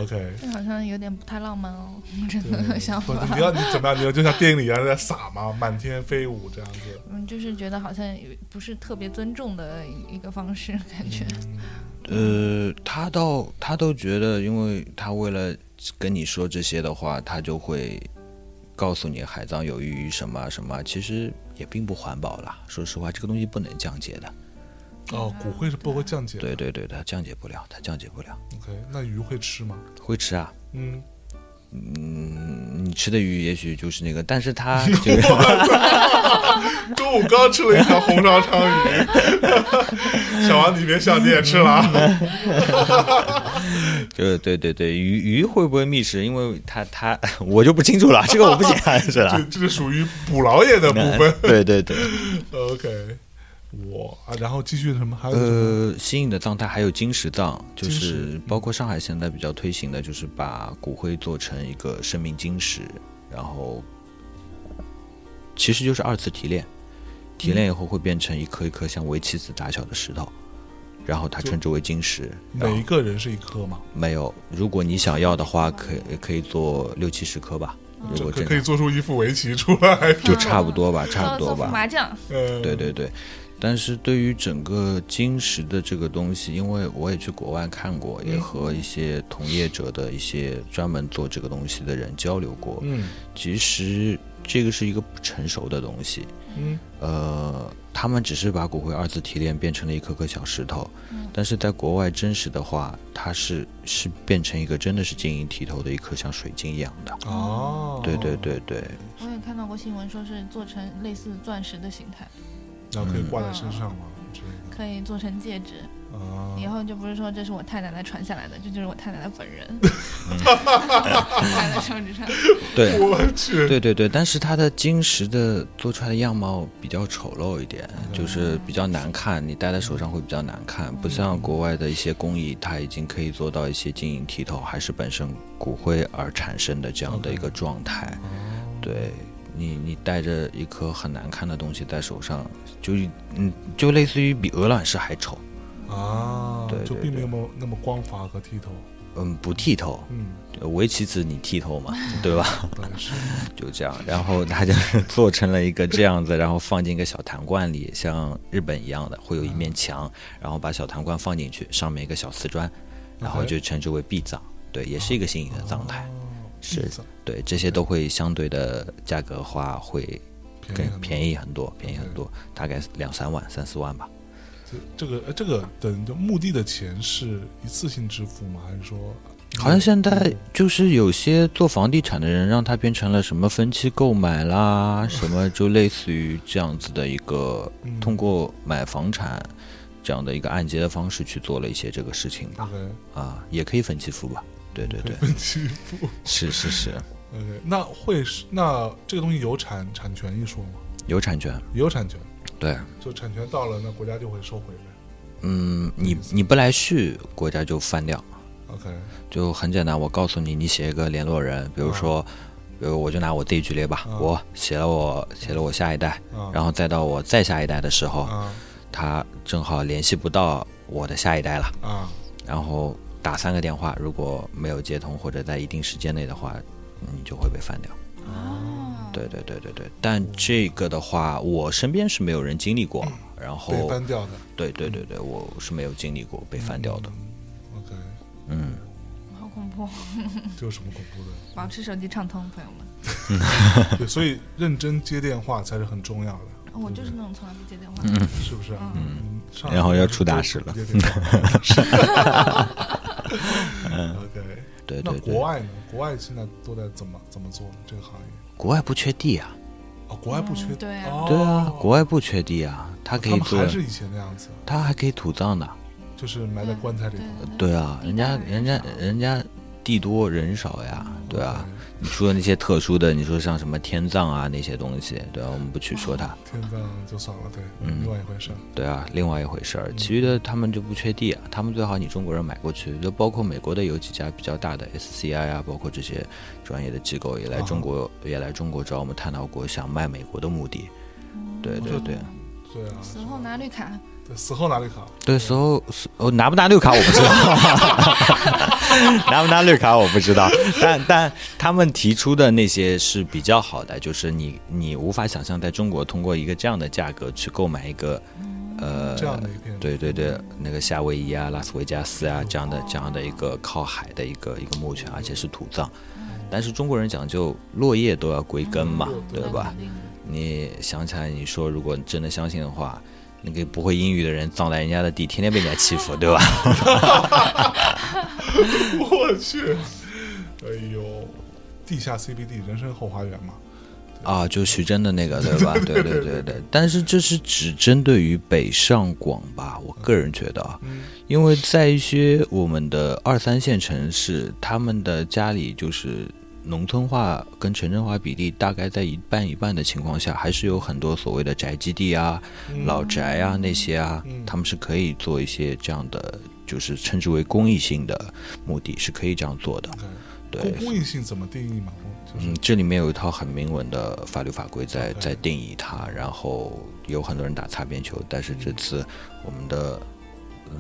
B: ，OK，
A: *laughs* 这好像有点不太浪漫哦，这个
B: 对，
A: 想
B: 不
A: 法。
B: 你要你怎么样？你要就像电影里一样在撒嘛，满天飞舞这样子。
A: 嗯，就是觉得好像有不是特别尊重的一个方式，
C: 嗯
A: 感觉。
C: 呃，他倒他都觉得，因为他为了跟你说这些的话，他就会告诉你海葬有益于什么什么，其实也并不环保啦。说实话，这个东西不能降解的，
B: 哦，骨灰是不会降解的。
C: 对对对，它降解不了，它降解不了。
B: OK，那鱼会吃吗？
C: 会吃啊，
B: 嗯，
C: 嗯，你吃的鱼也许就是那个，但是 *laughs* 它这个
B: *laughs* 中午刚吃了一条红烧鲳鱼。小王，你别笑，你也吃了啊。
C: 就对对对，鱼鱼会不会觅食？因为它它 *laughs* 我就不清楚了，这个我不解
B: *laughs*
C: 释
B: 这
C: 了。
B: 这是属于捕捞业的部分。
C: 对
B: *laughs*
C: 对对，
B: OK，我啊，然后继续什么？还有什么？
C: 嗯呃，新颖的葬它还有金石葬，就
B: 金石
C: 是包括上海现在比较推行的，就是把骨灰做成一个生命金石，然后其实就是二次提炼，提炼以后会变成一颗一颗像围棋子大小的石头，然后它
B: 就
C: 称之为金石。然后
B: 每一个人是一颗嘛，
C: 没有，如果你想要的话，可以可以做六七十颗吧。如
B: 这
C: 果
B: 可
C: 真
B: 可
C: 的
B: 以做出一副围棋出来。
C: 就差不多吧，
A: 做
C: 差不多
A: 做副
C: 吧。
A: 麻将，
B: 呃，
C: 对对对，但是对于整个金石的这个东西，因为我也去国外看过，也
B: 嗯
C: 和一些从业者的一些专门做这个东西的人交流过。
B: 嗯
C: 其实这个是一个不成熟的东西，
B: 嗯
C: 呃，他们只是把骨灰二次提炼变成了一颗颗小石头，
B: 嗯
C: 但是在国外真实的话，它是是变成一个真的是晶莹剔透的一颗像水晶一样的。
B: 哦，
C: 对对对对，
A: 我也看到过新闻，说是做成类似钻石的形态，
B: 然后可以
C: 嗯
B: 挂在身上嘛之类
A: 可以做成戒指。
B: 的啊
C: 嗯
A: 以。后就不是说这是我太奶奶传下来的，这就是我太奶奶本人。
C: 嗯
A: *laughs* 戴在手指
C: *laughs*
A: 上，
C: 对
B: 我去，
C: 对对对，但是它的晶石的做出来的样貌比较丑陋一点，
B: 嗯
C: 就是比较难看，你戴在手上会比较难看，不像国外的一些工艺，它已经可以做到一些晶莹剔透，还是本身骨灰而产生的这样的一个状态。
B: 嗯
C: 对你，你戴着一颗很难看的东西在手上，就嗯，就类似于比鹅卵石还丑，
B: 啊，
C: 对
B: 就
C: 对
B: 并没
C: 对
B: 有那么那么光滑和剔透。
C: 嗯，不剔透，
B: 嗯，
C: 围棋子你剔透嘛，对吧？
B: 但是
C: 就这样，然后它就做成了一个这样子，然后放进一个小坛罐里，像日本一样的，会有一面墙，然后把小坛罐放进去，上面一个小瓷砖，然后
B: OK 哦
C: 就称之为壁葬，对，也是一个新颖的葬台，是
B: 壁葬
C: 对，这些都会相对的价格话会
B: 便宜
C: 更
B: 很
C: 便
B: 宜。
C: 宜很多，便宜很多，大概两三万、三四万吧。
B: 这这个呃这个等就墓地的钱是一次性支付吗？还是说
C: 好像现在就是有些做房地产的人，让它变成了什么分期购买啦，什么就类似于这样子的一个
B: 嗯
C: 通过买房产这样的一个按揭的方式去做了一些这个事情吧。
B: OK
C: 啊，也可以分期付吧。对对对，
B: 分期付 *laughs*
C: 是是是，
B: ？OK，那会是那这个东西有产产权一说吗？
C: 有产权。
B: 有产权，
C: 对，
B: 就产权到了，那国家就会收回呗。
C: 嗯，你你不来续，国家就翻掉。
B: OK，
C: 就很简单，我告诉你，你写一个联络人，比如说，比如我就拿我自己举例吧，
B: 嗯
C: 我写了我写了我下一代，
B: 啊，
C: 然后再到我再下一代的时候，
B: 啊
C: 他正好联系不到我的下一代了，
B: 啊
C: 然后打三个电话，如果没有接通或者在一定时间内的话，你就会被翻掉。
A: 哦，
C: 嗯对对对对对，但这个的话，我身边是没有人经历过，然后
B: 嗯被翻嗯掉的。
C: 对对对对，我是没有经历过被翻掉的。
B: OK，
C: 嗯，
A: 哦好恐怖！
B: 这有什么恐怖的？ *laughs*
A: 保持手机畅通，朋友们。
B: 对，所以认真接电话才是很重要的，
A: 我就是那种从来不接电话。
B: 是不是啊？嗯，上
C: 然后要
B: 次
C: 出大事
B: *laughs*
C: 了 *laughs*
B: 接电话 OK，
C: 嗯对
B: 那
C: 对对
B: 国，外呢？国外现在都在怎么怎么做呢？这个行业？
C: 国外不缺地啊，
B: 哦，国外不缺
A: 嗯，对啊
B: 哦、
C: 对啊，国外不缺地啊，他可
B: 他
C: 以
B: 们
C: 做
B: 还，是以前那样子，
C: 他还可以土葬的，
B: 就是埋在棺材里
A: 嗯
B: 头。
C: 对啊，
B: 嗯
C: 人家人家人家地多人少呀，对啊，
B: 嗯
C: 你说那些特殊的，你说像什么天葬啊那些东西，对啊，我们不去说它，
B: 天葬就算了，对，
C: 嗯
B: 另外一回事儿。
C: 对啊，另外一回事儿。其余的他们就不缺地啊，他们最好你中国人买过去，就包括美国的有几家比较大的 SCI 啊，包括这些专业的机构也
B: 啊
C: 来中国，也来中国找我们探讨过想卖美国的目的。对对对
B: 对啊，
A: 死后拿绿卡，
B: 对，死后拿绿卡，
C: 对，时候哦拿不拿绿卡我不知
B: *laughs*
C: 道，拿不拿绿卡我不知道，但但他们提出的那些是比较好的，就是你你无法想象在中国通过一个这样的价格去购买一个呃
B: 这样的一片，
C: 对对对，那个夏威夷啊、拉斯维加斯啊这样的这样的一个靠海的一个一个墓群，而且是土葬。但是中国人讲究落叶都要归根嘛，嗯对吧？你想起来，你说如果真的相信的话，那个不会英语的人葬在人家的地，天天被人家欺负，对 *laughs* 吧？
B: *laughs* 我去，哎呦，地下 CBD 人生后花园嘛，
C: 啊，就徐峥的那个，对 *laughs* 吧？对对对对。但是这是只针对于北上广吧，我个人觉得啊，
B: 嗯
C: 因为在一些我们的二三线城市，他们的家里就是农村化跟城镇化比例大概在一半一半的情况下，还是有很多所谓的宅基地啊、
B: 嗯
C: 老宅啊那些啊
B: 嗯，
C: 他们是可以做一些这样的，就是称之为公益性的目的，是可以这样做的。
B: 嗯 OK，
C: 对，
B: 公益性怎么定义嘛？哦就是
C: 嗯，这里面有一套很明文的法律法规在
B: OK
C: 在定义它，然后有很多人打擦边球，但是这次我们的嗯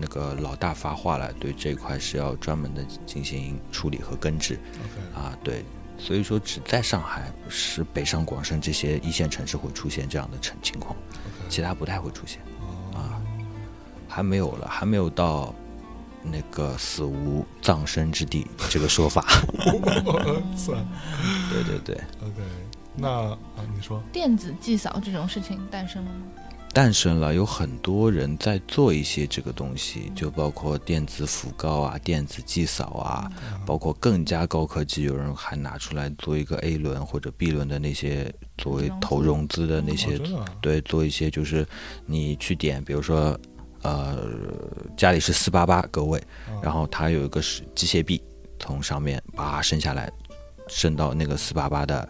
C: 那个老大发话了，对这一块是要专门的进行处理和根治
B: OK，
C: 啊，对，所以说只在上海、是北上广深这些一线城市会出现这样的情情况，其他不太会出现，
B: 啊，
C: 还没有了，还没有到那个死无葬身之地这个说法，
B: *laughs* 算
C: 对对对。
B: 哦嗯 OK，那啊，你说
A: 电子祭扫这种事情诞生了吗？
C: 诞生了，有很多人在做一些这个东西，就包括电子讣告啊、电子祭扫啊，包括更加高科技，有人还拿出来做一个 A 轮或者 B 轮的那些作为投融资的那
B: 哦
C: 些，
B: 真的啊
C: 对，做一些就是你去点，比如说呃家里是四八八个位，
B: 啊
C: 然后它有一个是机械臂从上面拔伸下来，伸到那个四八八的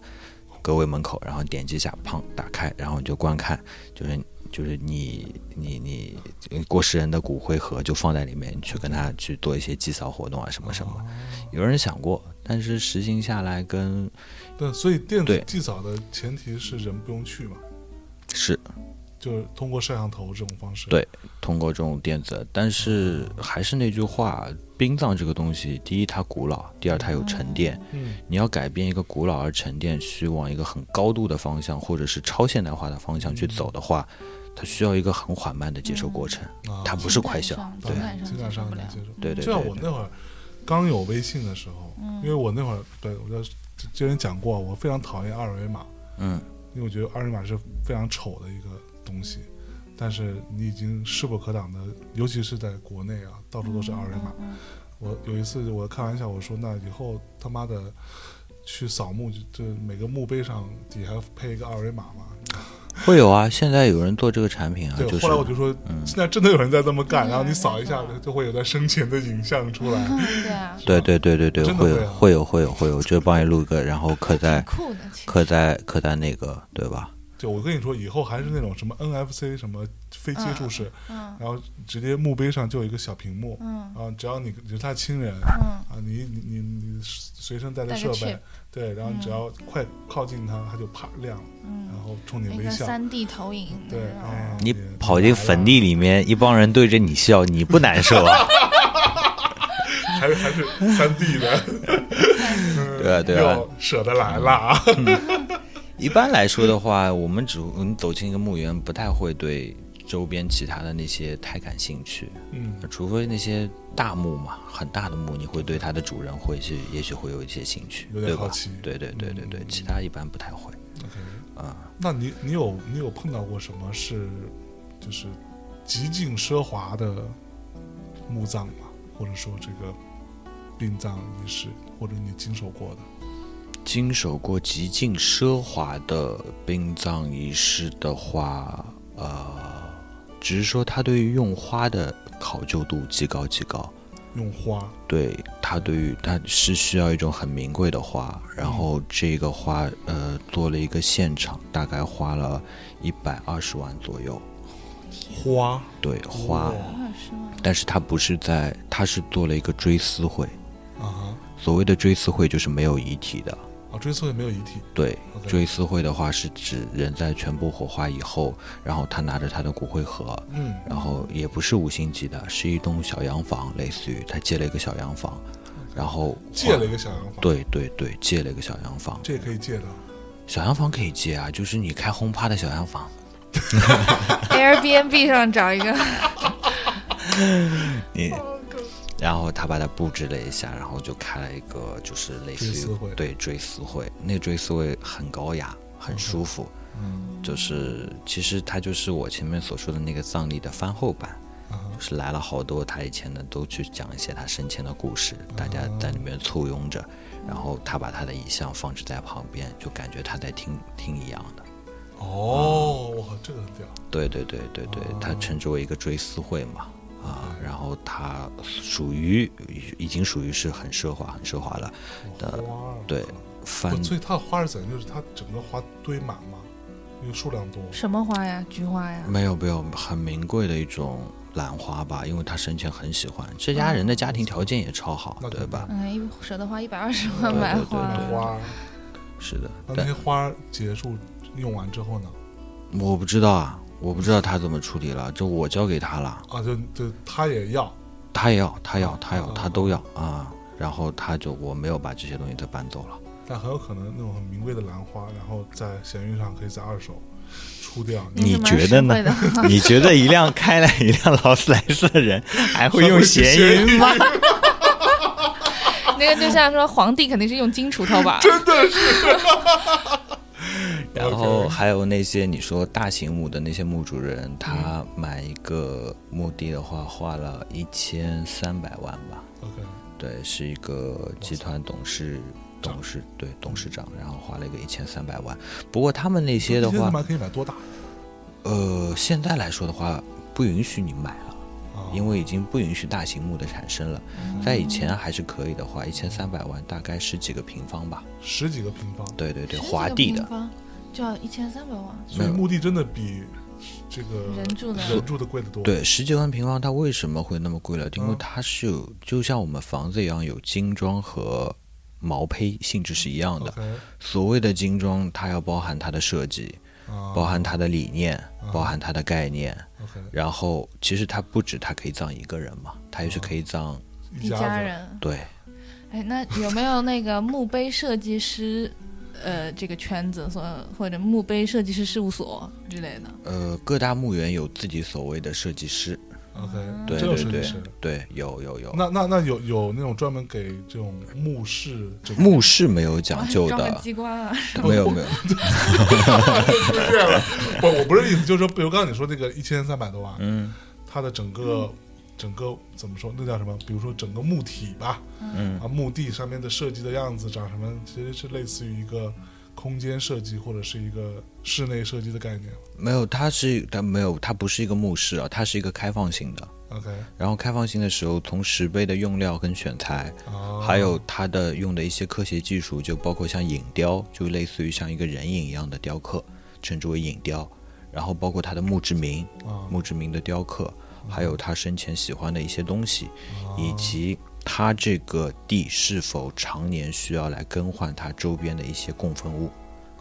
C: 格位门口，然后点击一下，砰，打开，然后你就观看，就是就是你你你呃过世人的骨灰盒就放在里面，你去跟他去做一些祭扫活动啊什么什么。
B: 哦
C: 有人想过，但是实行下来跟
B: 对，所以电子
C: 对
B: 祭扫的前提是人不用去嘛，
C: 是
B: 就是通过摄像头这种方式。
C: 对通过这种电子，但是还是那句话，殡葬这个东西，第一它古老，第二它有沉淀，
B: 嗯，
C: 你要改变一个古老而沉淀，去往一个很高度的方向，或者是超现代化的方向去走的话，它需要一个很缓慢的接受过程，
B: 啊，
C: 它不是快啊消。
A: 情
B: 当
A: 感
B: 然
A: 上
B: 情
A: 接
B: 感
A: 受
B: 啊上
A: 不
B: 能
A: 了
B: 接。受。
C: 对对
B: 就像
C: 对
B: 我那会儿刚有微信的时候，
A: 嗯
B: 因为我那会儿对我就之前讲过，我非常讨厌二维码，
C: 嗯，
B: 因为我觉得二维码是非常丑的一个东西。但是你已经势不可挡的，尤其是在国内啊，到处都是二维
A: 嗯
B: 码。我有一次我开玩笑我说，那以后他妈的去扫墓，就就每个墓碑上底下配一个二维码嘛。
C: 会有啊，现在有人做这个产品啊，
B: 对，
C: 就是
B: 后来我就说，
C: 嗯
B: 现在真的有人在这么干，
A: 对啊
B: 然后你扫一下
A: 没错
B: 就会有在生前的影像出来。
A: 对啊，
C: 对对对对对，
B: 真的
C: 会
B: 会
C: 有
B: 啊
C: 会有会有会有，就是帮你录一个，然后刻在
A: 酷的，其实
C: 刻在刻在那个，对吧？
B: 就我跟你说，以后还是那种什么 NFC 什么非接触式，
A: 嗯
B: 然后直接墓碑上就有一个小屏幕，
A: 嗯
B: 然后只要你就是他亲人
A: 嗯，
B: 啊，你你你你随身带着
A: 带
B: 设
A: 个
B: 备
A: chip，
B: 对，然后你只要快靠近他，他就啪亮了，然后冲你
A: 一
B: 嗯微
A: 嗯个
B: 笑，
A: 三 D 投影，
B: 对，哎
A: 嗯
C: 你跑进坟地里面，一帮人对着你笑，你不难受啊？
B: 还是还是三 D 的，
C: 对啊对
B: *laughs*
C: 啊，
B: 哟舍得来了啊，
C: 一般来说的话，我们只我们走进一个墓园，不太会对周边其他的那些太感兴趣，
B: 嗯，
C: 除非那些大墓嘛，很大的墓，你会对它的主人会是也许会有一些兴趣，
B: 有点
C: 对吧
B: 好奇？嗯
C: 对对对对对，其他一般不太会。啊、
B: *laughs* 那你你有你有碰到过什么是就是极尽奢华的墓葬吗？或者说这个殡葬仪式，或者你经手过的？
C: 经手过极尽奢华的殡葬仪式的话，呃，只是说它对于用花的考究度极高极高。
B: 用花，
C: 对它对于它是需要一种很名贵的花，然后这个花呃做了一个现场，大概花了一百二十万左右。
B: 花
C: 对花，
B: 哦
A: 二十
B: *laughs*
A: 万，
C: 但是它不是在，它是做了一个追思会。
B: 啊哈，
C: 所谓的追思会就是没有遗体的，
B: 啊，追溯也没有遗体
C: 对，
B: ，OK，
C: 追思会的话是指人在全部火化以后，然后他拿着他的骨灰盒，
B: 嗯
C: 然后也不是五星级的，是一栋小洋房，类似于他借了一个小洋房，然后
B: 借了一个小洋房，，
C: 对对对，借了一个小洋房，
B: 这也可以借的，
C: 小洋房可以借啊，就是你开轰趴的小洋房，
A: Airbnb 上找一个，
C: *laughs* 你，然后他把它布置了一下，然后就开了一个就是类似于
B: 追思会
C: 对追思会，那追思会很高雅，很舒服，
B: 嗯
C: 就是其实它就是我前面所说的那个葬礼的番后版。
B: 啊哈，
C: 就是来了好多他以前的都去讲一些他生前的故事，大家
B: 哦
C: 在里面簇拥着，然后他把他的遗像放置在旁边，就感觉他在听听一样的。
B: 哦，哇，这个很屌，
C: 对对对对对，
B: 哦
C: 他称之为一个追思会嘛。啊，
B: 嗯
C: 然后他属于已经属于是很奢华、很奢华了。的
B: 花儿，
C: 对，翻
B: 不所以它的花是怎样？就是它整个花堆满嘛，因为数量多，
A: 什么花呀？菊花呀？
C: 没有没有很名贵的一种兰花吧，因为他生前很喜欢。这家人的家庭条件也超好
B: 嗯那，
C: 对吧？
A: 哎，一舍得花一百二十万
C: 对
A: 买
C: 对对
A: 花
B: 买
C: 对
A: 儿，
B: 花儿，
C: 是的，
B: 那那
C: 但
B: 些花儿结束用完之后呢？
C: 我不知道啊，我不知道他怎么处理了，这我交给他了，
B: 啊，就就他也要，
C: 他也要，他要，他要，
B: 啊
C: 他都要啊。然后他就我没有把这些东西再搬
B: *laughs*
C: 走了，
B: 但很有可能那种很名贵的兰花，然后在闲鱼上可以在二手出掉，
C: 你
A: 是蛮
C: 觉得呢
A: 实惠的
C: 你觉得一辆开了一辆劳斯莱斯的人还会用闲鱼吗？ *laughs*
A: 那个就像说皇帝肯定是用金锄头 *laughs* 吧？
C: 然后还有那些你说大型墓的那些墓主人，他买一个墓地的话，花了一千三百万吧。
B: OK，
C: 对，是一个集团董事
B: 长
C: 董事对董事长，然后花了一个一千三百万。不过他们那些的
B: 一千
C: 话
B: 三，百可以买多大？
C: 呃，现在来说的话，不允许你买了，
B: 啊，
C: 因为已经不允许大型墓的产生了。在以前还是可以的话，一千三百万大概十几个平方吧。
B: 十几个平方，
C: 对对
A: 十几
C: 对，
A: 个
C: 华帝的
A: 平，方就要一千三百万，
B: 所以墓地真的比这个
A: 人住的
B: 人住的贵得多。，
C: 对，十几万平方它为什么会那么贵了？因为
B: 嗯
C: 它是有，就像我们房子一样，有精装和毛坯性质是一样的。
B: 嗯 OK，
C: 所谓的精装，它要包含它的设计，
B: 啊，
C: 包含它的理念，
B: 嗯
C: 包含它的概念。
B: OK，
C: 然后，其实它不止它可以葬一个人嘛，它也
B: 嗯
C: 是可以葬
A: 一
B: 家
A: 家
B: 子，
A: 人。
C: 对
A: 哎，那有没有那个墓碑设计师，呃，这个圈子所或者墓碑设计师事务所之类的？
C: 呃，各大墓园有自己所谓的设计师，
A: 嗯
B: OK，
C: 对
B: 这有
C: 对
B: 设计
C: 对
B: 师。
C: 对，有有有。
B: 那那那有有那种专门给这种墓室整个
C: 墓室没有讲究
A: 哇装个
C: 的，
A: 机关啊！ *laughs*
C: 没有没有，
B: 不，我不是意思，就是说，比如刚刚你说那个一千三百多万，
C: 嗯
B: 它的整个整个怎么说，那叫什么？比如说整个墓体吧，
C: 嗯
B: 啊，墓地上面的设计的样子长什么样，其实是类似于一个空间设计或者是一个室内设计的概念。
C: 没有，它是它没有，它不是一个墓室啊，它是一个开放性的。
B: OK，
C: 然后开放性的时候，从石碑的用料跟选材，
B: 啊，
C: 还有它的用的一些科学技术，就包括像影雕，就类似于像一个人影一样的雕刻，称之为影雕。然后包括它的墓志铭，
B: 啊，
C: 墓志铭的雕刻，还有他生前喜欢的一些东西，
B: 啊
C: 以及他这个地是否常年需要来更换它周边的一些供奉物。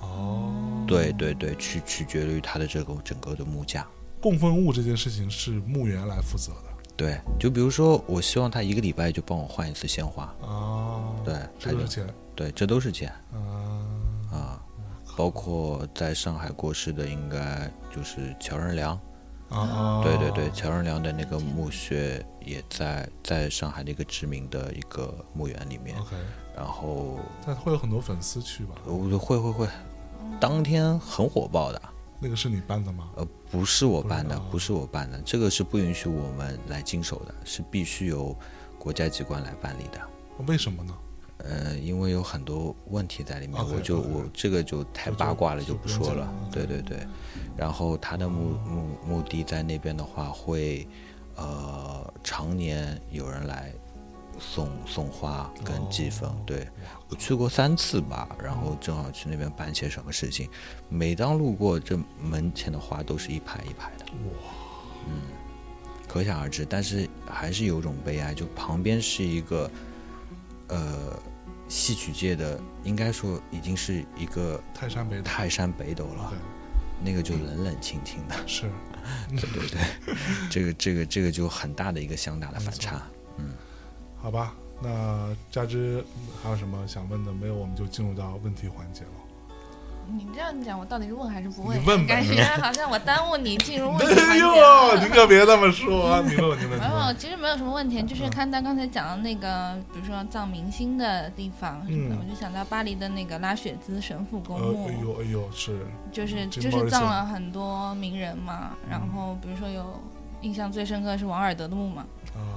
B: 哦，
C: 对对对，取取决于它的这个整个的木架。
B: 供奉物这件事情是墓园来负责的
C: 对，就比如说，我希望他一个礼拜就帮我换一次鲜花。
B: 啊，
A: 哦
C: 对，
B: 这
C: 他就
B: 个是钱
C: 对，这都是钱
B: 啊，
C: 啊。包括在上海过世的，应该就是乔任梁。
A: 哦
B: 啊啊，
C: 对对对，乔任梁的那个墓穴也在在上海的一个知名的一个墓园里面。
B: ，OK，
C: 然后
B: 但会有很多粉丝去吧？
C: 我会会会，当天很火爆的，
B: 那个是你办的吗？
C: 呃，不是我办的
B: 不是啊，
C: 不是我办的，这个是不允许我们来经手的，是必须由国家机关来办理的。
B: 为什么呢？
C: 呃，因为有很多问题在里面，
B: OK，
C: 我就
B: OK
C: 我这个就太
B: 我就
C: 八卦了，
B: 就
C: 就
B: 不
C: 不
B: 用
C: 说
B: 讲
C: 了
B: 了。
C: 对对对，然后他的目目目的在那边的话，会呃常年有人来送送花跟祭坟。
B: 哦
C: 对我去过三次吧，然后正好去那边办些什么事情，每当路过这门前的花都是一排一排的。嗯
B: 哇，
C: 可想而知，但是还是有种悲哀，就旁边是一个，呃，戏曲界的应该说已经是一个
B: 泰山北塔，
C: 泰山北斗了，
B: 对，
C: 那个就冷冷清清的，
B: 是
C: 对对，
B: *laughs*
C: 这个这个这个就很大的一个相大的反差。
B: 好吧？那加之还有什么想问的？没有，我们就进入到问题环节了。
A: 你这样讲，我到底是问还是不问？
B: 你问吧
A: 感觉好像我耽误你进入问题
B: *laughs*
A: 环
B: 哎
A: 节
B: 呦，
A: 了。
B: 您可别这么
A: *laughs*
B: 说，啊你问我，你问，
A: 没
B: 你
A: 有，
B: 问，
A: 其实没有什么问题，
B: 嗯
A: 就是看到刚才讲的那个，比如说葬明星的地方什么的，
B: 嗯
A: 我就想到巴黎的那个拉雪兹神父公
B: 呃，哎
A: 墓，
B: 呦，哎呦，是
A: 就是
B: 这
A: 就
B: 不好
A: 是
B: 意思
A: 葬了很多名人嘛。然
B: 嗯
A: 后比如说有印象最深刻是王尔德的墓嘛，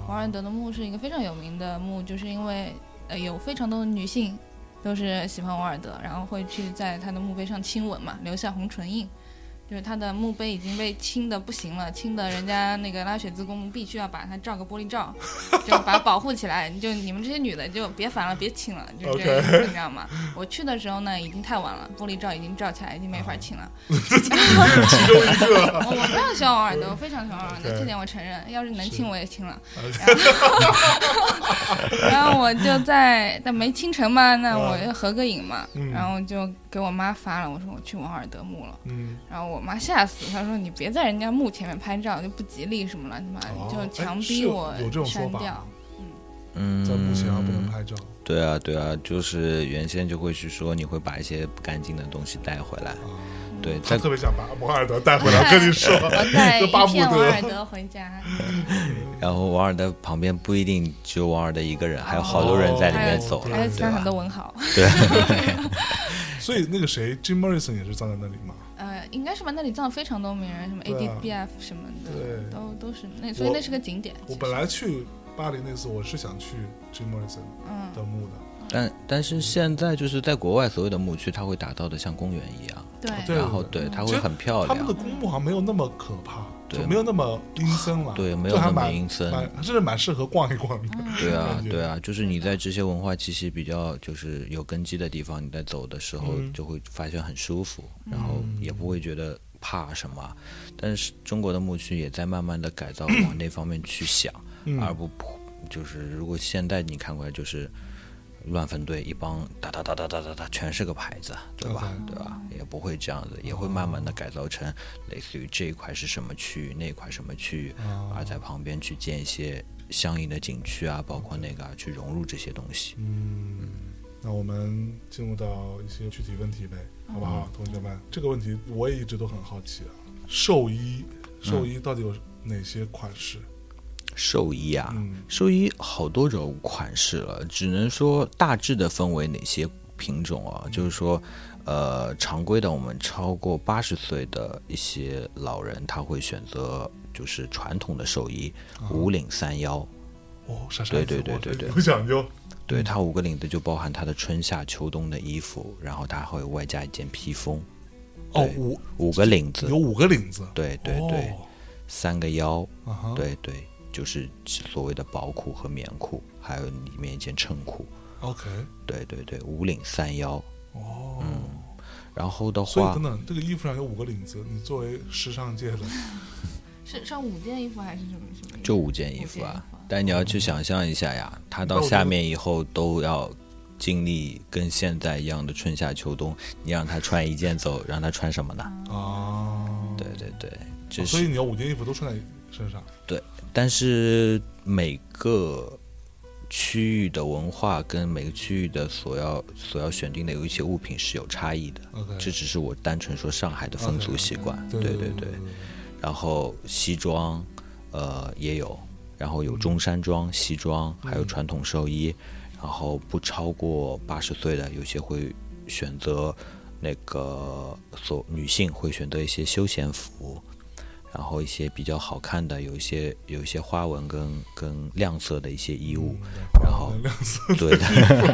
A: 王
B: 啊
A: 尔，德的墓是一个非常有名的墓，就是因为呃有非常多的女性都是喜欢王尔德，然后会去在他的墓碑上亲吻嘛，留下红唇印。就是他的墓碑已经被亲的不行了，亲的人家那个拉雪兹公墓必须要把它罩个玻璃罩，就把它保护起来。就你们这些女的就别烦了，别亲了，就这个意思你知道吗？我去的时候呢，已经太晚了，玻璃罩已经罩起来，已经没法亲了。 *laughs* 哦我我非常喜欢王尔德，我非常喜欢王尔德
B: OK
A: 这点我承认。要是能亲
B: 是啊
A: 我也亲了。然后我就在但没清晨嘛，那我就合个影嘛，
B: 啊嗯
A: 然后就给我妈发了，我说我去王尔德墓了，
B: 嗯，
A: 然后我妈吓死，她说你别在人家墓前面拍照，就不吉利什么了，他妈
B: 哦
A: 就强
B: 哎是
A: 逼
B: 有
A: 我
B: 有这种说
A: 删
B: 法
A: 掉
B: 吗。
C: 嗯，
B: 在目前啊不能拍照
C: 对啊，对啊，就是原先就会去说你会把一些不干净的东西带回来，
B: 啊。
C: 对，
B: 他
C: 在
B: 特别想把王尔德带回来，跟你说，
A: 我 *laughs* 带
B: 这 *laughs*
A: 一
B: 巴不
A: 片王尔
B: 得
A: 德回家，
C: 然后王尔德旁边不一定只有王尔德一个人，还
B: 哦
C: 有好多人在里面走
B: *laughs* 对
A: 还
C: 了
A: 有，
B: 对
A: 其
C: 对
A: 他很
C: 吧
A: 多？文豪， *laughs*
B: 所以那个谁，Jim Morrison 也是葬在那里嘛。
A: 呃，应该是吧？那里葬了非常多名人，什么
B: 对啊
A: ADBF 什么的
B: 对，
A: 都都是那，所以那是个景点。
B: 我
A: 其
B: 本
A: 实
B: 来去巴黎那次，我是想去 Jim Morrison
A: 嗯，
B: 的墓的，
C: *laughs* 但但是现在就是在国外所有的墓区，它会打造的像公园一样，
A: 对，
B: 对
C: 然后对它会很漂
B: 他们的
C: 亮，
B: 公墓好像没有那么可怕，
C: 对
B: 就没有那么阴森了，
C: 对，没
B: 就
C: 有
B: 还
C: 那么
B: 蛮
C: 阴森，
B: 蛮甚至蛮适合逛一逛的。
A: 嗯
C: 对啊
B: 感，觉
C: 对啊，就是你在这些文化气息比较就是有根基的地方，你在走的时候
B: 嗯
C: 就会发现很舒服，然后也不会觉得怕什么。但是中国的牧区也在慢慢的改
B: *clears throat*
C: 造往那方面去想，而
B: 嗯，
C: 不就是如果现在你看过来就是乱分队一帮哒哒哒哒哒哒哒，全是个牌子，对吧？对吧？也不会这样子，也会慢慢的改造成类似于这一块是什么区域，那一块什么区域，
B: 啊
C: 而啊在旁边去建一些相应的景区啊，包括那个、啊、去融入这些东西。
B: 嗯那我们进入到一些具体问题呗，好不
A: 嗯
B: 好，同学们？这个问题我也一直都很好奇啊，寿衣，寿衣到底有哪些款式？
C: 寿衣啊，
B: 嗯
C: 寿衣好多种款式了，只能说大致的分为哪些品种
B: 嗯
C: 啊？就是说，呃，常规的我们超过八十岁的一些老人，他会选择就是传统的寿衣，
B: 啊
C: 五领三腰，
B: 哦，啥啥
C: 对
B: 意思
C: 对对
B: 哇
C: 对
B: 这
C: 对
B: 有讲究。嗯
C: 对，它五个领子就包含它的春夏秋冬的衣服，然后它会外加一件披风，
B: 哦，
C: 对
B: 五
C: 五个领子
B: 有，五个领子。
C: 对对对，
B: 哦
C: 三个腰，
B: 啊哈，
C: 对对，就是所谓的薄裤和棉裤，还有里面一件衬裤。
B: ，OK，
C: 对对对，五领三腰。
B: 哦。
C: 嗯然后的
B: 所以
C: 话
B: 等，等，这个衣服上有五个领子，你作为时尚界的，
A: 是上五件衣服还是什么什么？
C: 就五件衣服
A: 五件衣
C: 啊
A: 服啊。
C: 但你要去想象一下呀，它到
B: 那我
C: 下
B: 觉得
C: 面以后都要经历跟现在一样的春夏秋冬。你让他穿一件走，让他穿什么呢？
B: 哦，
C: 对对对，这
B: 啊所以
C: 是。
B: 你要五件衣服都穿在身上。
C: 但是每个区域的文化跟每个区域的所要所要选定的有一些物品是有差异的。
B: OK，
C: 这只是我单纯说上海的风俗
B: OK，OK，
C: 习惯。
B: 对
C: 对
B: 对
C: 对。然后西装，呃也有，然后有中山装、西装，还有传统寿衣，然后不超过八十岁的，有些会选择那个所女性会选择一些休闲服，然后一些比较好看的，有一些有一些花纹跟跟亮色的一些衣物，然后
B: 亮色
C: 对的。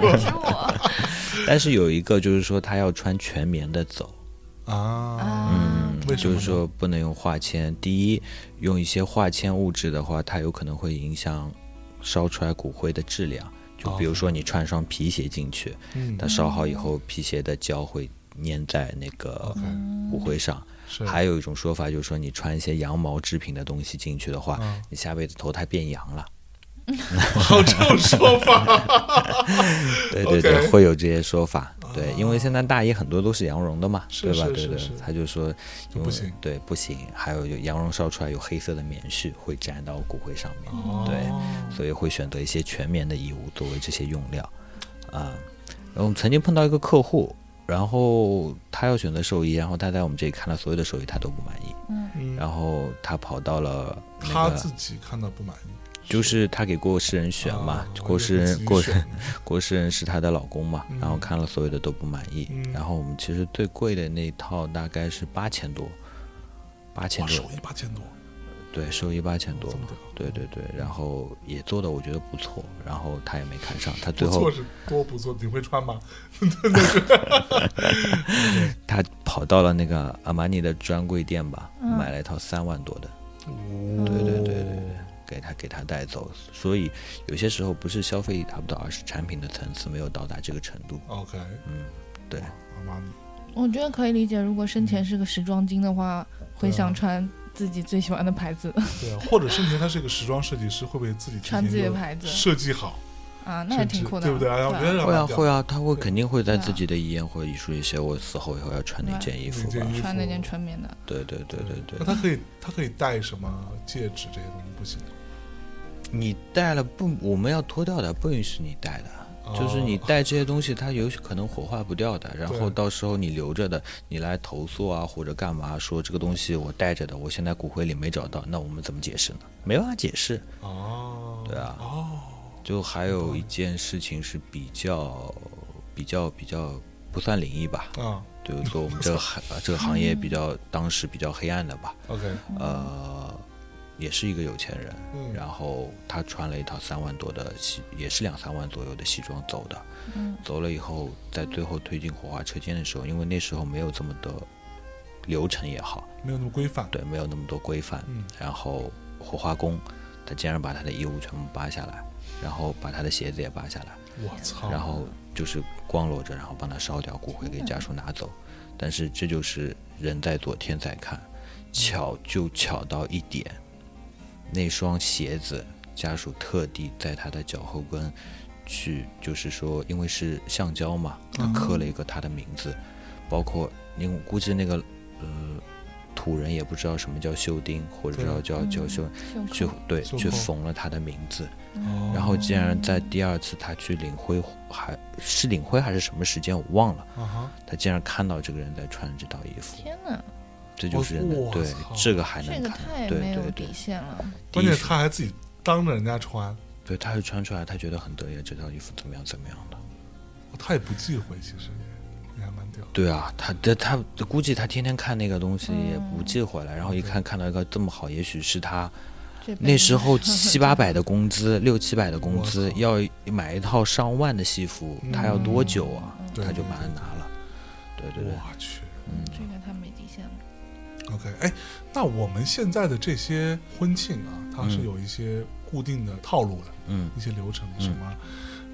C: *laughs*
B: *laughs*
A: 是我
C: 但是有一个就是说他要穿全棉的走，
B: 啊，
A: 啊，
B: 为什
C: 就
B: 么
C: 是
B: 呢
C: 说不能用化纤。第一，用一些化纤物质的话，它有可能会影响烧出来骨灰的质量。就比如说你穿双皮鞋进去，
B: 哦嗯
C: 它烧好以后，皮鞋的胶会粘在那个
B: ，OK，
C: 骨灰上。
B: 是啊
C: 还有一种说法就是说，你穿一些羊毛制品的东西进去的话，
B: 嗯
C: 你下辈子投胎变羊了。
B: 有这种说法
C: 对对对
B: OK 啊
C: 会有这些说法。对，因为现在大衣很多都是羊绒的嘛，
B: 是
C: 对吧？
B: 是
C: 对
B: 是
C: 对
B: 是，
C: 他就说
B: 就
C: 因
B: 不
C: 为
B: 行，
C: 对不行。还有就羊绒烧出来有黑色的棉絮会粘到骨灰上面，
B: 哦
C: 对，所以会选择一些全棉的衣物作为这些用料。啊、然后我们曾经碰到一个客户，然后他要选择寿衣，然后他在我们这里看了所有的寿衣，他都不满意。
B: 嗯
C: 然后他跑到了那
B: 他自
C: 个，
B: 己看到不满意，
C: 就是他给过世人选嘛，
B: 啊
C: 过世人过世，
B: 也不自己选
C: 过世人是她的老公嘛，
B: 嗯
C: 然后看了所有的都不满意，
B: 嗯
C: 然后我们其实最贵的那一套大概是八千多，八千
B: 哇，
C: 多
B: 手，艺八千多，
C: 对，收益八千多
B: 这，么屌，
C: 对对对，然后也做的我觉得不错，然后他也没看上，他最
B: 不
C: 后
B: 错是多不错，你会穿吗？
C: 他跑到了那个阿玛尼的专柜店吧，
A: 嗯
C: 买了一套三万多的，
B: 对
C: 对对对对，给他给他带走，所以有些时候不是消费力达不到，而是产品的层次没有到达这个程度，
B: ，OK，
C: 嗯，对。
B: 阿玛尼，
A: 我觉得可以理解，如果生
C: 嗯
A: 前是个时装精的话，
C: 啊
A: 会想穿自己最喜欢的牌子，
B: 对啊，或者生前他是一个时装设计师，会不会自己提
A: 穿自己的
B: 前就
A: 牌子
B: 设计好，
A: 啊，那也挺酷的，
B: 甚至对不哎对？然后别人
C: 会啊
B: 让他
C: 会啊，他会
B: 对
C: 肯定会在
A: 对啊
C: 自己的遗言或者遗书里写我死后以后要穿哪件衣
B: 哪
C: 服吧
B: 件。衣服
A: 穿那件纯棉的，
C: 对对对对
B: 那
C: 对，
B: 他可以，他可以戴什么戒指这些东西不行？
C: 你带了不，我们要脱掉的，不允许你带的。
B: 哦
C: 就是你带这些东西，它有可能火化不掉的，然后
B: 对
C: 到时候你留着的，你来投诉啊或者干嘛，说这个东西我带着的，我现在骨灰里没找到，那我们怎么解释呢？没办法解释。
B: 哦，
C: 对啊
B: 哦，
C: 就还有一件事情是比较比较比较不算灵异吧，
B: 啊
C: 就是说我们 *laughs* 这个行呃这个行业比较当时比较黑暗的吧，
B: ，OK，
C: 呃，也是一个有钱人，
B: 嗯
C: 然后他穿了一套三万多的西，也是两三万左右的西装走的，
A: 嗯
C: 走了以后，在最后推进火化车间的时候，因为那时候没有这么的流程也好，
B: 没有那么规范，
C: 对，没有那么多规范，
B: 嗯
C: 然后火化工他竟然把他的衣物全部扒下来，然后把他的鞋子也扒下来，
B: 我操，
C: 然后就是光裸着，然后帮他烧掉，骨灰给家属拿走。但是这就是人在做，天在看，巧就巧到一点，那双鞋子家属特地在他的脚后跟去，就是说，因为是橡胶嘛，他刻了一个他的名字，包括因为我估计那个呃土人也不知道什么叫锈钉，或者
B: 对
C: 叫叫叫
A: 嗯
C: 锈，
A: 袖
C: 就
A: 口
C: 对，
B: 袖
C: 去
B: 扣
C: 缝了他的名字。
B: 哦
C: 然后竟然在第二次他去领灰，还是领灰还是什么时间我忘了，
B: 啊哈，
C: 他竟然看到这个人在穿这套衣服，
A: 天哪，
C: 这就是人的
B: 我
C: 对
B: 操
C: 这个还
A: 这
C: 能
A: 个
C: 看，
A: 太
C: 对
A: 没有
C: 对对
A: 底，线了，
C: 第
B: 关
C: 一
B: 键
C: 是
B: 他还自己当着人家穿，
C: 对，他是穿出来，他觉得很得意，这套衣服怎么样怎么样的，
B: 他也不忌讳，其实也也还蛮屌，
C: 对啊，他他他估计他天天看那个东西也不忌讳了，然后一
B: 对
C: 看看到一个这么好，也许是他
A: 这辈
C: 那
A: 子
C: 时
B: *laughs*
C: 候七八百的工资，六七百的工
B: 我
C: 资
B: 靠
C: 要买一套上万的西服，他要多久啊？
A: 嗯
B: 对
C: 他就
B: 对
C: 把它
B: 对
C: 拿了，对对对，
B: 我去
C: 嗯。
A: 这个太没底线了，
B: ，OK，哎，那我们现在的这些婚庆啊，它是
C: 嗯
B: 有一些固定的套路的，
C: 嗯
B: 一些流程，
C: 嗯
B: 什么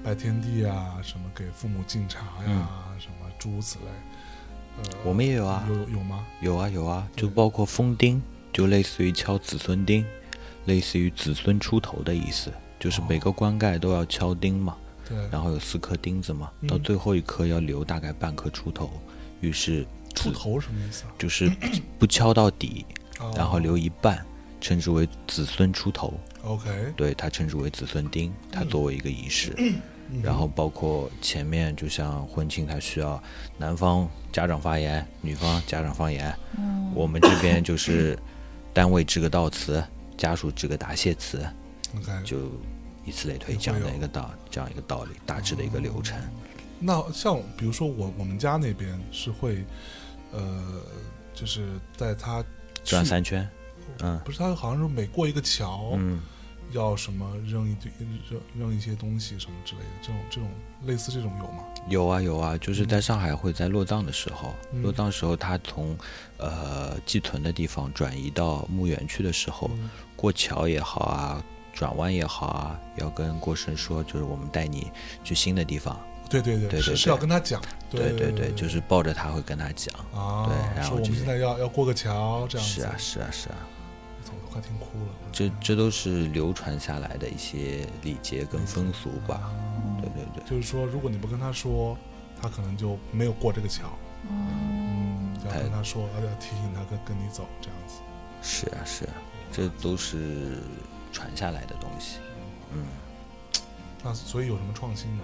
B: 拜天地啊，什么给父母敬茶呀，什么诸如此类。呃，，
C: 嗯我们也有啊，
B: 有有吗？
C: 有啊有啊，就
B: 对
C: 包括封钉，就类似于敲子孙钉，类似于子孙出头的意思，就是
B: 哦
C: 每个棺盖都要敲钉嘛，
B: 对，
C: 然后有四颗钉子嘛，
B: 嗯
C: 到最后一颗要留大概半颗出头，于是
B: 出头什么意思啊？
C: 就是不敲到底，
B: *coughs* 哦
C: 然后留一半，称之为子孙出头，
B: OK，
C: 对，它称之为子孙钉，它
B: 嗯
C: 作为一个仪式。
B: 嗯
C: 然后包括前面，就像婚庆，它需要男方家长发言，女方家长发言。我们这边就是单位致个悼词，家属致个答谢词，
B: OK，
C: 就以此类推，这样的一个道，这样一个道理，大致的一个流程。
B: 那像比如说我我们家那边是会，呃，就是在他去
C: 转三圈，嗯
B: 不是他好像是每过一个桥、
C: 嗯
B: 要什么扔一堆扔扔一些东西什么之类的，这种这种类似这种有吗？
C: 有啊有啊，就是在上海会在落葬的时候，
B: 嗯
C: 落葬时候他从呃寄存的地方转移到墓园去的时候，
B: 嗯
C: 过桥也好啊，转弯也好啊，要跟过生说，就是我们带你去新的地方。
B: 对对
C: 对对
B: 是是
C: 对
B: 要跟他讲，
C: 对
B: 对
C: 对，
B: 对，
C: 就是抱着他会跟他讲。
B: 啊，
C: 对然
B: 说
C: 后
B: 我
C: 就
B: 们
C: 是
B: 现在要要过个桥这样子，
C: 是啊是啊是啊，
B: 我都快听哭了。
C: 这这都是流传下来的一些礼节跟风俗吧。对对对，
B: 就是说，如果你不跟他说，他可能就没有过这个桥。嗯，要
C: 太
B: 跟他说，要要提醒他跟跟你走这样子。
C: 是啊是啊，这都是传下来的东西。嗯，
B: 那所以有什么创新吗？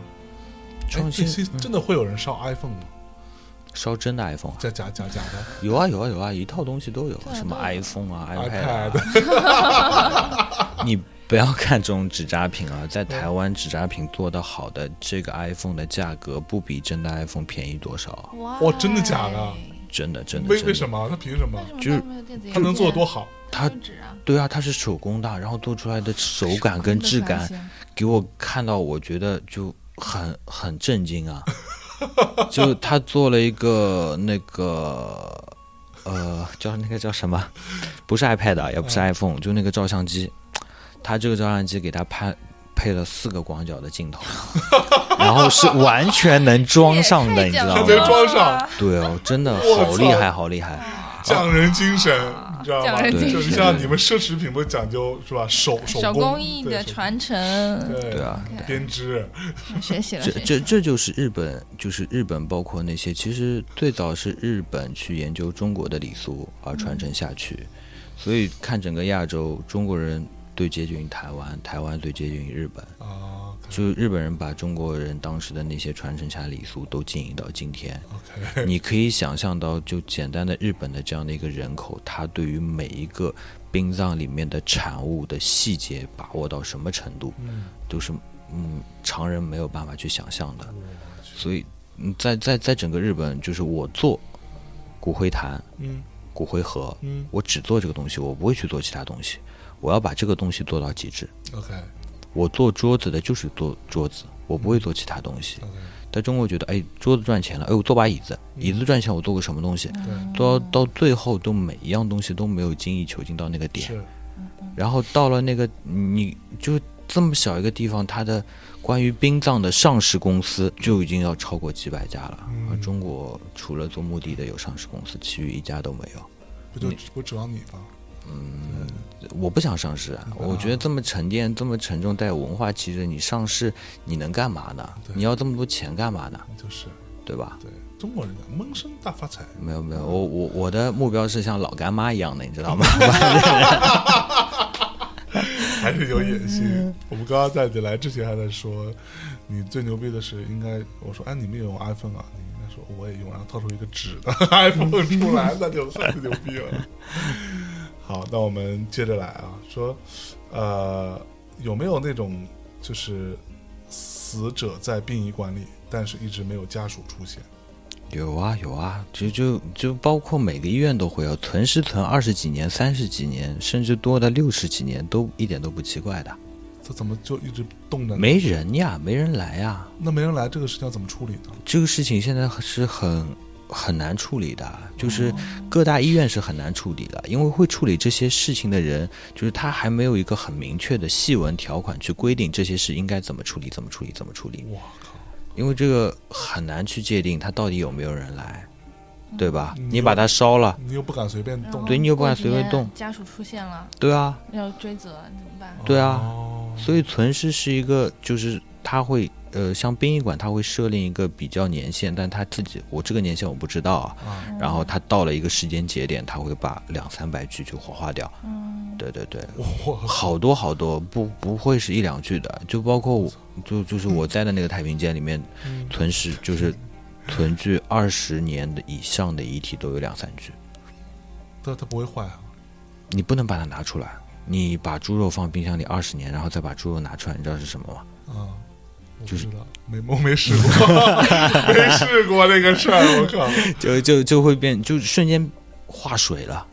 C: 创新嗯
B: 哎这些真的会有人烧 iPhone 吗？
C: 烧真的 iPhone 啊
B: 假假假假的，
C: 有啊有啊有啊，一套东西都有，
A: 对啊
C: 什么
A: 都有
C: iPhone 啊
B: iPad
C: 啊。
A: *laughs*
C: *laughs* 你不要看这种纸扎品啊，在台湾纸扎品做的好的，这个 iPhone 的价格不比真的 iPhone 便宜多少啊，
A: 哇
B: 哇哦真的假的
C: 真的真的。
B: 为
C: 真的
B: 为什？么？他凭什么？
C: 就是
A: 没有电子
B: 他能做得多好？
C: 它
A: 纸啊？
C: 对啊，它是手工的，然后做出来的手感跟质感，给我看到，我觉得就很很震惊啊！ *laughs* 就他做了一个那个呃，叫那个叫什么？不是 iPad，也不是
B: 嗯
C: iPhone，、就那个照相机。他这个照相机给他拍配了四个广角的
B: *laughs*
C: 镜头，然后是完全能装上的，你知道
B: 了
C: 吗
B: 太？能
D: *laughs*
B: 装上，
C: 对哦，真的
B: 我
C: 好厉
B: 操
C: 害，好厉害！
B: *laughs* 匠人精神，你知道吗？
A: 啊匠人
C: 精神
B: 就是像你们奢侈品不讲究是吧？手
A: *laughs* 手
B: 工
A: 工艺
B: 对
A: 的
B: 手
A: 传承，
B: 对
C: 对啊，
B: 编织
A: 学习了
C: 这
A: 学习
C: 这这就是日本，就是日本，包括那些其实最早是日本去研究中国的礼俗而传承下去，所以看整个亚洲，中国人最接近于台湾，台湾最接近于日本，
B: 啊
C: 就是日本人把中国人当时的那些传承下的礼俗都经营到今天。
B: ，OK，
C: 你可以想象到，就简单的日本的这样的一个人口，他对于每一个殡葬里面的产物的细节把握到什么程度，
B: 嗯，
C: 都是嗯常人没有办法去想象的。
B: 我去，
C: 所以，嗯，在在在整个日本，就是我做骨灰坛、
B: 嗯
C: 骨灰盒，
B: 嗯
C: 我只做这个东西，我不会去做其他东西。我要把这个东西做到极致。
B: ，OK
C: 我做桌子的就是做桌子，我不会做其他东西。
B: OK，
C: 在中国觉得，哎，桌子赚钱了，哎，我做把椅子，
B: 嗯
C: 椅子赚钱，我做个什么东西？
B: 对，
C: 做到到最后，都每一样东西都没有精益求精到那个点。
B: 是，
C: 然后到了那个，你就这么小一个地方，它的关于殡葬的上市公司就已经要超过几百家了。
B: 嗯
C: 而中国除了做墓地的有上市公司，其余一家都没有。
B: 不就不指望你吗？
C: 嗯，我不想上市啊，
B: 嗯
C: 我觉得这么沉淀、这么沉重、带有文化气质，你上市你能干嘛呢？
B: 对
C: 你要这么多钱干嘛呢？
B: 就是
C: 对吧？
B: 对中国人讲闷声大发财，
C: 没有没有，我我我的目标是像老干妈一样的，你知道吗？
B: *laughs* 还是有野心。我们刚刚在你来之前还在说，你最牛逼的是应该，我说哎，你们也用 iPhone 啊？你应该说我也用，然后掏出一个纸的 iPhone 出来，那就太牛逼了。 *laughs* 好，那我们接着来啊，说，呃，有没有那种就是死者在殡仪馆里，但是一直没有家属出现？
C: 有啊有啊，就就就包括每个医院都会有存尸存二十几年、三十几年，甚至多的六十几年，都一点都不奇怪的。
B: 他怎么就一直动着呢？
C: 没人呀，没人来呀，
B: 那没人来，这个事情要怎么处理呢？
C: 这个事情现在是很很难处理的，就是各大医院是很难处理的，因为会处理这些事情的人，就是他还没有一个很明确的细文条款去规定这些事应该怎么处理、怎么处理、怎么处理，
B: 我靠，
C: 因为这个很难去界定他到底有没有人来，对吧？
B: 嗯
C: 你把它烧了。
B: 你又不敢随便
A: 嗯
B: 动，
C: 对你又不敢随便动。
A: 家属出现了，
C: 对啊，
A: 要追责怎么办？
C: 对啊
B: 哦
C: 所以存尸是一个，就是它会呃，像殡仪馆，它会设定一个比较年限，但它自己我这个年限我不知道啊。
B: 啊，
C: 然后它到了一个时间节点，它会把两三百具去火化掉。
A: 嗯，
C: 对对对，
B: 我
C: 好多好多，不不会是一两具的，就包括我，就就是我在的那个太平间里面，
B: 嗯
C: 存尸就是存具二十年的以上的遗体都有两三具，
B: 它它不会坏啊，
C: 你不能把它拿出来。你把猪肉放冰箱里二十年，然后再把猪肉拿出来，你知道是什么吗？
B: 啊，我不
C: 就是
B: 知道，没我没试过，
C: *laughs*
B: 没试过那个事儿，我靠，
C: 就就就会变，就瞬间化水了。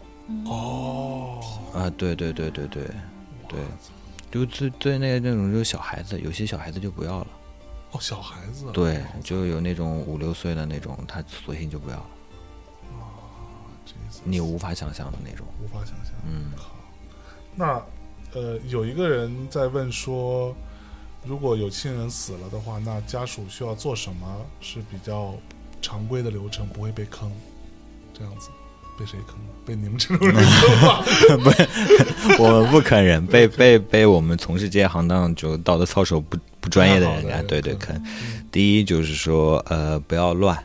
B: 哦，
C: 啊，对对对对对，对
B: 哇
C: 就最最那那种就是小孩子，有些小孩子就不要了，
B: 哦，小孩子啊，
C: 对
B: 好，
C: 就有那种五六岁的那种，他索性就不要了，
B: 这
C: 你无法想象的那种，
B: 无法想象。
C: 嗯
B: 靠，那呃，有一个人在问说，如果有亲人死了的话，那家属需要做什么是比较常规的流程，不会被坑？这样子，被谁坑了？被你们这
C: *laughs*
B: 种人坑吧？
C: 我们不坑人，被被被我们从事这行当就道德操守不不专业的人啊，对对
B: 坑
C: 坑。第一就是说，呃，不要乱，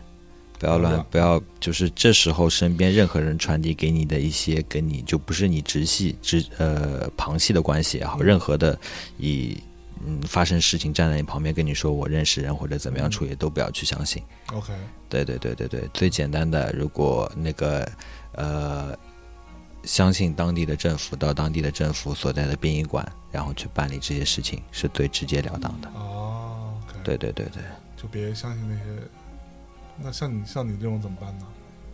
C: 不要乱，不要就是这时候身边任何人传递给你的一些跟你就不是你直系直呃旁系的关系也好，任何的以嗯发生事情站在你旁边跟你说我认识人或者怎么样处理都不要去相信。
B: OK，
C: 对对对对对，最简单的，如果那个呃，相信当地的政府，到当地的政府所在的殡仪馆，然后去办理这些事情，是最直截了当的。
B: 哦，OK，，
C: 对对对对，
B: 就别相信那些。那像你像你这种怎么办
C: *laughs*
B: 呢？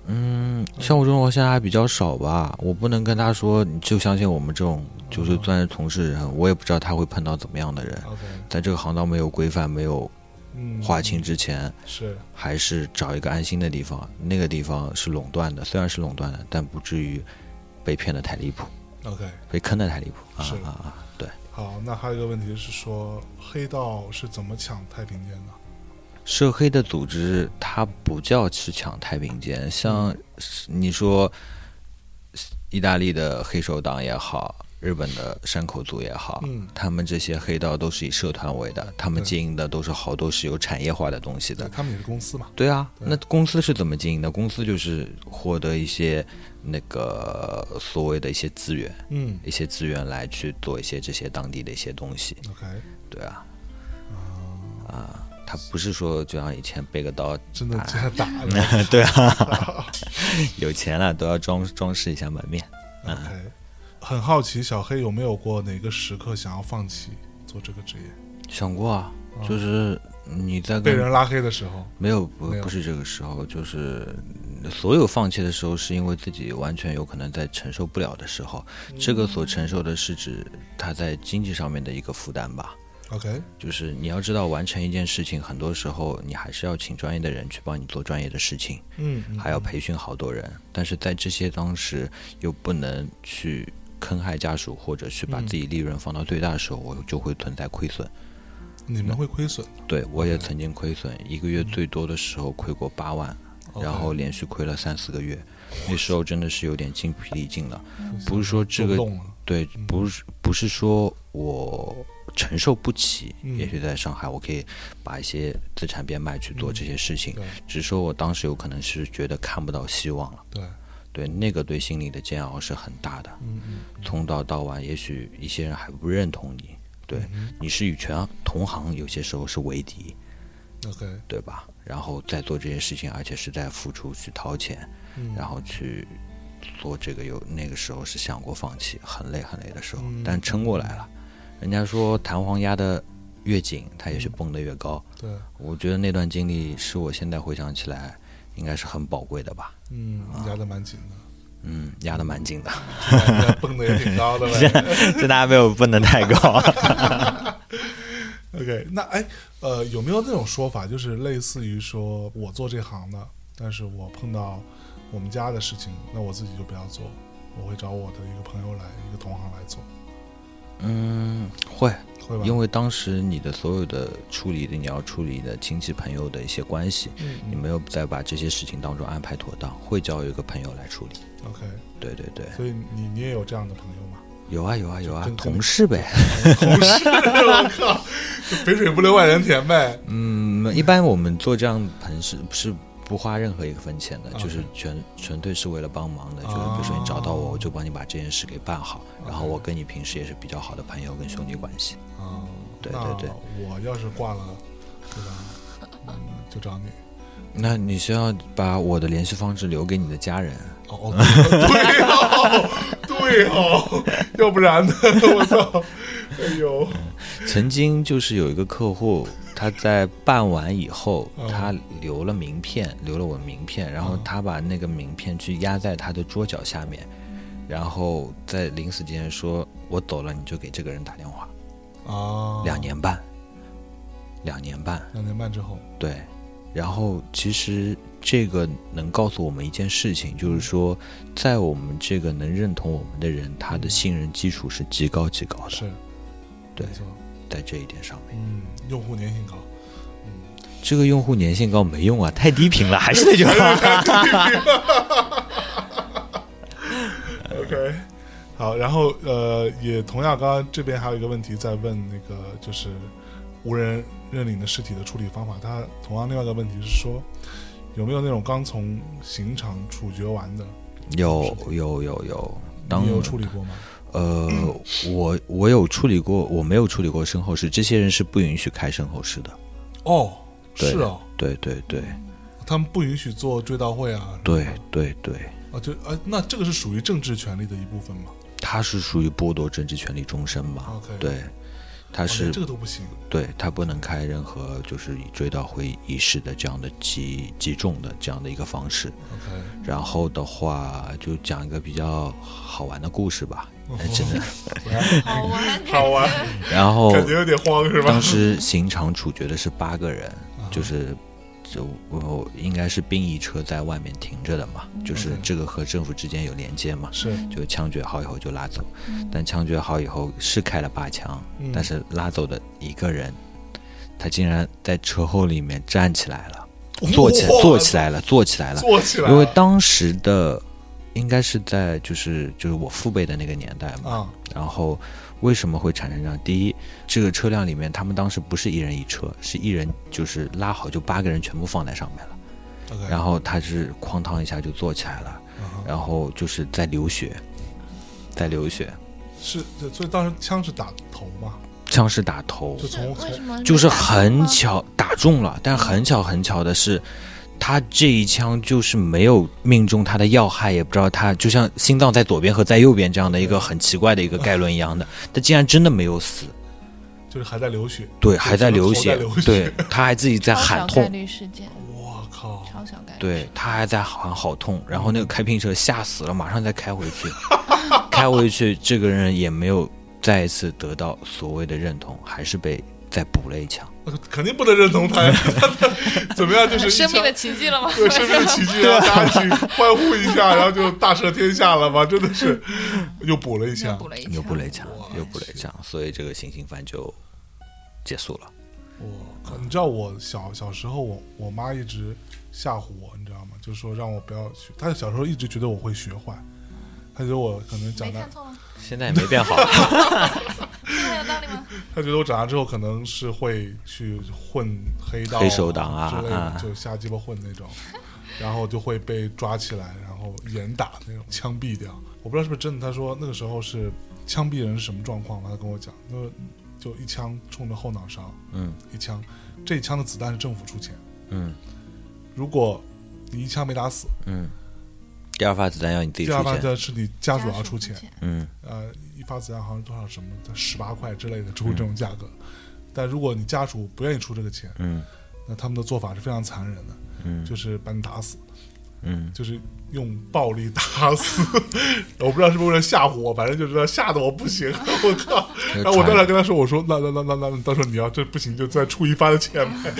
C: 嗯，像我这种现在还比较少吧，我不能跟他说你就相信我们这种就是
B: 嗯
C: 算是从事人，我也不知道他会碰到怎么样的人。
B: OK，
C: 在这个行当没有规范、没有
B: 嗯，
C: 划清之前，
B: 是
C: 还是找一个安心的地方。那个地方是垄断的，虽然是垄断的，但不至于被骗得太离谱。
B: OK。
C: 被坑的太离谱啊
B: 是
C: 啊啊！对，
B: 好，那还有一个问题是说，黑道是怎么抢太平间的？
C: 涉黑的组织它不叫去抢太平间，
B: 嗯
C: 像你说意大利的黑手党也好，日本的山口组也好，
B: 嗯
C: 他们这些黑道都是以社团为的，他们
B: 对
C: 经营的都是好多是有产业化的东西的
B: 对，。他们也是公司嘛。
C: 对啊，
B: 对
C: 那公司是怎么经营的？公司就是获得一些那个呃所谓的一些资源，
B: 嗯
C: 一些资源来去做一些这些当地的一些东西。
B: ，OK，
C: 对啊，啊，他不是说就像以前背个刀，
B: 真的这样打了。
C: *laughs* 对 *laughs* 啊，有钱了都要装装饰一下门面。
B: OK，很好奇小黑有没有过哪个时刻想要放弃做这个职业？
C: 想过啊，就是你在
B: 被
C: 跟
B: 人拉黑的时候，
C: 没有不
B: 没有
C: 不是这个时候，就是嗯所有放弃的时候，是因为自己完全有可能在承受不了的时候，这个所承受的是指他在经济上面的一个负担吧。
B: OK，
C: 就是你要知道，完成一件事情，很多时候你还是要请专业的人去帮你做专业的事情。
B: 嗯，嗯
C: 还要培训好多人，但是在这些当时又不能去坑害家属，或者是把
B: 嗯
C: 自己利润放到最大的时候，我就会存在亏损。
B: 你们会亏损的。
C: 对我也曾经亏损，一个月最多的时候亏过八万，然后
B: OK，
C: 连续亏了三四个月，那时候真的是有点精疲力尽了。
B: 就
C: 不是说这个
B: 动了，
C: 对，不是不是说我承受不起，
B: 嗯
C: 也许在上海我可以把一些资产变卖去做这些事情，
B: 嗯对
C: 只是说我当时有可能是觉得看不到希望了。
B: 对，
C: 对，那个对心理的煎熬是很大的。
B: 嗯嗯
C: 从早到晚，也许一些人还不认同你，对，
B: 嗯
C: 你是与全同行有些时候是为敌，
B: ，OK，
C: 对吧？然后再做这些事情，而且是在付出去掏钱，
B: 嗯
C: 然后去做这个有那个时候是想过放弃，很累很累的时候
B: 嗯，
C: 但撑过来了。人家说弹簧压得越紧，它也许绷得越高。
B: 对，
C: 我觉得那段经历是我现在回想起来，应该是很宝贵的吧。
B: 嗯，压得蛮紧的，
C: 嗯，压得蛮紧的。
B: 现在蹦的也挺高的
C: *laughs*
B: 呗。
C: 这大家没有蹦得太高。
B: OK，那哎，呃，有没有那种说法，就是类似于说我做这行的，但是我碰到我们家的事情，那我自己就不要做，我会找我的一个朋友来，一个同行来做，
C: 嗯，会，
B: 会吧？
C: 因
B: 为
C: 为当时你的所有的处理的你要处理的亲戚朋友的一些关系，你没有再把这些事情当中安排妥当，会交一个朋友来处理。
B: OK，
C: 对对对，
B: 所以你你也有这样的朋友吗？
C: 有啊有啊有啊
B: 跟，
C: 同事 *laughs* 呗。
B: 同事，我靠，就肥水不流外人田呗。
C: 嗯，一般我们做这样朋事是。不花任何一个分钱的，就是
B: OK
C: 全纯粹是为了帮忙的。就是比如说你找到我，我就帮你把这件事给办好。然后我跟你平时也是比较好的朋友跟兄弟关系。
B: 啊、
C: 对
B: 那
C: 对对
B: 我要是挂了，对吧？嗯，就找你。
C: 那你需要把我的联系方式留给你的家人。
B: 哦，对哦，对哦，要不然呢？我操！哎呦，
C: 曾经就是有一个客户，他在办完以后
B: 嗯，
C: 他留了名片，留了我的名片，然后他把那个名片去压在他的桌脚下面，然后在临死前说：“我走了，你就给这个人打电话。
B: 啊，
C: 两年半，两年半，
B: 两年半之后，
C: 对，然后其实这个能告诉我们一件事情，就是说，在我们这个能认同我们的人，他的信任基础是极高极高的，
B: 是，
C: 对
B: 没错，
C: 在这一点上面，
B: 嗯，用户粘性高，
C: 这个用户粘性高没用啊，太低频了，还是那句话，
B: OK，好，然后呃，也同样，刚刚这边还有一个问题在问那个就是无人认领的尸体的处理方法。他同样另外一个问题是说，有没有那种刚从刑场处决完的，
C: *laughs* 有有有有，当
B: 你有处理过吗？
C: 呃，我我有处理过，我没有处理过身后事，这些人是不允许开身后事的，
B: 哦，
C: 对
B: 是哦，
C: 对对对
B: 他们不允许做追悼会啊，
C: 对对对，
B: 啊，就啊，那这个是属于政治权利的一部分嘛
C: 他是属于剥夺政治权利终身嘛，
B: ？OK，哦，
C: 啊对，他
B: 连
C: 是
B: 哦这个都不行，
C: 对他不能开任何就是以追悼会仪式的这样的击击中的这样的一个方式。
B: OK，
C: 然后的话，就讲一个比较好玩的故事吧，哎，真的。
A: 好
B: *laughs*
A: 玩，
B: 哦好啊玩，
C: 然后
B: 感觉有点慌是吧
C: 哦
B: 啊
C: 当？时刑场处决的是八个人，就是就我应该是殡仪车在外面停着的嘛，
B: 嗯
C: 就是这个和政府之间有连接嘛，
B: 是，
C: 就枪决好以后就拉走，但枪决好以后是开了八枪，
B: 嗯
C: 但是拉走的一个人，他竟然在车后里面站起来了，坐起来，
B: 哇
C: 坐起来了，坐起来了，
B: 坐起来了，
C: 因为当时的应该是在就是就是我父辈的那个年代嘛，
B: 啊，
C: 然后为什么会产生这样？第一，这个车辆里面他们当时不是一人一车，是一人就是拉好就八个人全部放在上面了，然
B: 后
C: 后他是哐当一下就坐起来了，
B: 嗯
C: 然后就是在流血，在流血，
B: 是，对所以当时枪是打头嘛，
C: 像是打头，
B: 就从
D: 为
B: 从
D: 什么
C: 就是很巧打中了，但很巧很巧的是，他这一枪就是没有命中他的要害，也不知道他就像心脏在左边和在右边这样的一个很奇怪的一个概论一样的，他竟然真的没有死，
B: 就是还在流血，
C: 对，还在流
B: 还
C: 血
B: 在流血，
C: 对他还自己在
D: 超
C: 喊
D: 小概
C: 痛。
D: 率事件，
B: 我靠，
D: 超小概率。
C: 对他还在喊好痛，然后那个开拼车吓死了，马上再开回 *laughs* 去，开回去，这个人也没有再一次得到所谓的认同，还是被再补了一枪。
B: 肯定不能认同他呀， *laughs* 怎么样？就是一
D: 生命
B: 枪
D: 的奇迹了吗？
B: 对生命的奇迹，让大家去欢呼一下，然后就大赦天下了吧？真的是又补了一
D: 又 *laughs*
C: *laughs*
B: 枪，
D: 补了一枪，
C: 又补了一枪
B: 哇，
C: 又补了一枪，所以这个行刑犯就结束了。
B: 我靠！你知道我小小时候我，我妈一直吓唬我，你知道吗？就说让我不要学。她小时候一直觉得我会学坏，她觉得我可能长
D: 没
B: 大
D: 看，错吗？
C: *laughs* 现在也没变好，
D: 这个很有道理吗？
B: 她觉得我长大之后可能是会去混黑道、
C: 黑手党啊
B: 之类
C: 啊
B: 的，
C: *laughs*
B: 就瞎鸡巴混那种，然后就会被抓起来，然后严打那种，枪毙掉。我不知道是不是真的。她说那个时候是枪毙人是什么状况嘛？她跟我讲，那就一枪冲着后脑勺，
C: *laughs* 嗯
B: 一枪，这一枪的子弹是政府出钱。
C: 嗯
B: 如果你一枪没打死，
C: 嗯。第二发子弹要你自
B: 第
C: 己出
B: 二发子
C: 钱，
B: 弹是你家属要出钱，
C: 嗯，
B: 呃，一发子弹好像多少什么的十八块之类的，出这种价格。但如果你家属不愿意出这个钱，
C: 嗯
B: 那他们的做法是非常残忍的，
C: 嗯
B: 就是把你打死，
C: *laughs* 嗯，
B: 就是用暴力打死。 *laughs* 我不知道是不是为了吓唬我，反正就知道吓得我不 *laughs* 行，我靠！然后我当时跟他说：“我说那那那那那，到时候你要这不行就再出一发的钱 *laughs* 呗。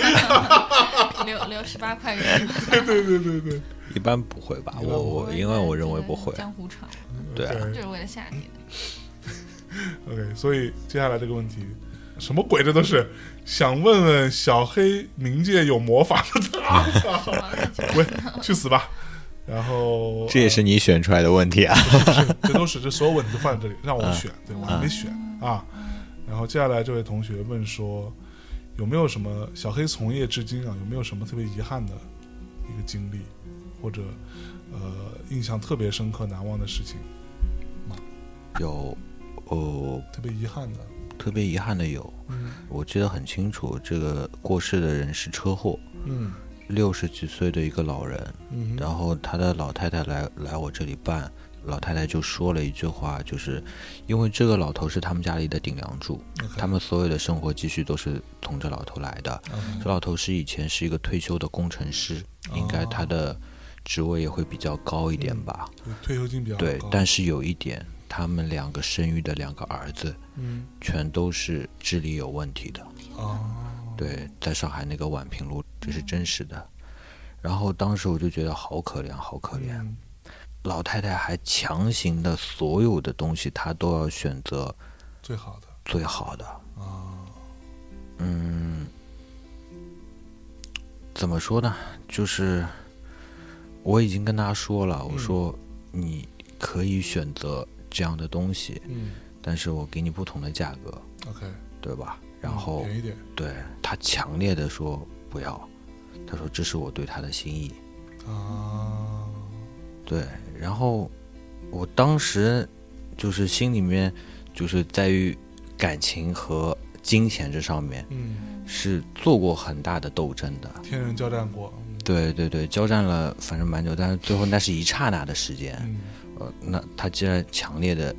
D: 留留十八块给你，”
B: 对对对对对，
C: 一般不会吧？我 *laughs* 我因为我认为不会，
D: 江湖闯，
C: 对啊，
D: 就是为了吓你的。
B: OK，所以接下来这个问题，什么鬼？这都是想问问小黑冥界有魔法的 *laughs* 他，喂，去死吧！然后
C: 这也是你选出来的问题啊。
B: 呃这都是这所有问题都放在这里，让我选，对我还没选啊。然后接下来这位同学问说，有没有什么小黑从业至今啊，有没有什么特别遗憾的一个经历，或者呃印象特别深刻、难忘的事情？
C: 有，哦，
B: 特别遗憾的，
C: 特别遗憾的有，我记得很清楚，这个过世的人是车祸，
B: 嗯
C: 六十几岁的一个老人，
B: 嗯
C: 然后他的老太太来来我这里办，老太太就说了一句话，就是因为这个老头是他们家里的顶梁柱，
B: ，OK，
C: 他们所有的生活积蓄都是从
B: 嗯
C: 这老头来的。
B: OK，
C: 这老头是以前是一个退休的工程师，应该他的职位也会比较高一点吧。
B: 对退休金比较高。
C: 对，但是有一点，他们两个生育的两个儿子
B: 嗯
C: 全都是智力有问题的。
B: 啊，
C: 对，在上海那个宛平路，这是真实的。然后当时我就觉得好可怜，好可怜。
B: 嗯
C: 老太太还强行的所有的东西，她都要选择
B: 最好的
C: 最好的。
B: 啊，
C: 嗯，怎么说呢？就是我已经跟她说了，我
B: 嗯
C: 说你可以选择这样的东西，
B: 嗯
C: 但是我给你不同的价格，
B: ，OK，嗯
C: 对吧？然后
B: 便宜点
C: 对她强烈的说不要，她说这是我对她的心意。
B: 啊，
C: 对，然后我当时就是心里面就是在于感情和金钱这上面
B: 嗯，
C: 是做过很大的斗争的。
B: 天人交战过，嗯
C: 对对对，交战了反正蛮久，但是最后那是一刹那的时间。
B: 嗯
C: 呃，那他既然强烈的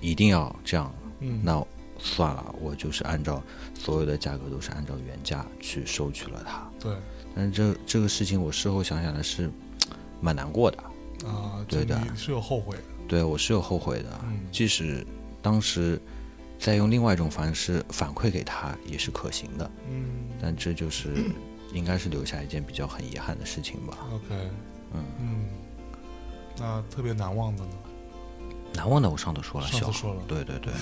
C: 一定要这样，
B: 嗯，
C: 那算了，我就是按照所有的价格都是按照原价去收取了它。
B: 对
C: 但是这这个事情我事后想想的是蛮难过的。
B: 啊，
C: 对的啊
B: 就你是有后悔的，
C: 对我是有后悔的，
B: 嗯
C: 即使当时再用另外一种方式反馈给他也是可行的，
B: 嗯
C: 但这就是应该是留下一件比较很遗憾的事情吧。
B: ，OK，
C: 嗯，
B: 嗯，那特别难忘的呢？
C: 难忘的我上次说了，
B: 上
C: 小
B: 次说了，
C: 对对对，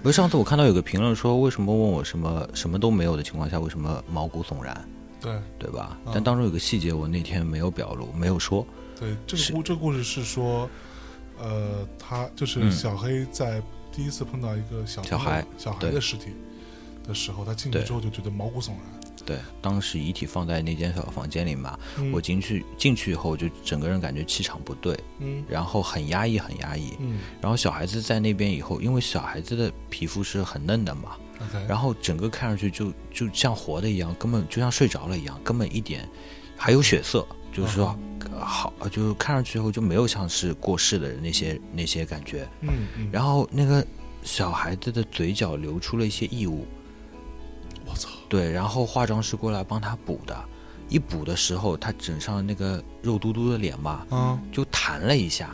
C: 不是上次我看到有个评论说，为什么问我什么什么都没有的情况下，为什么毛骨悚然，
B: 对
C: 对吧？
B: 嗯
C: 但当中有个细节，我那天没有表露，没有说。
B: 对，这个
C: 是
B: 故这个故事是说，呃，他就是
C: 嗯
B: 小黑在第一次碰到一个小
C: 小
B: 朋友
C: 孩
B: 小孩
C: 对
B: 的尸体的时候，他进去
C: 对
B: 之后就觉得毛骨悚然，
C: 对，当时遗体放在那间小房间里嘛，
B: 嗯
C: 我进去进去以后，我就整个人感觉气场不对，
B: 嗯
C: 然后很压抑，很压抑。
B: 嗯
C: 然后小孩子在那边以后，因为小孩子的皮肤是很嫩的嘛，
B: ，OK，
C: 然后整个看上去就就像活的一样，根本就像睡着了一样，根本一点还有血色，就是说、
B: 嗯
C: 呃好，就是看上去以后就没有像是过世的人那些那些感觉。
B: 嗯嗯，
C: 然后那个小孩子的嘴角流出了一些异物，
B: 我操，
C: 对，然后化妆师过来帮他补的，一补的时候，他整上那个肉嘟嘟的脸嘛，
B: 啊，
C: 就弹了一下，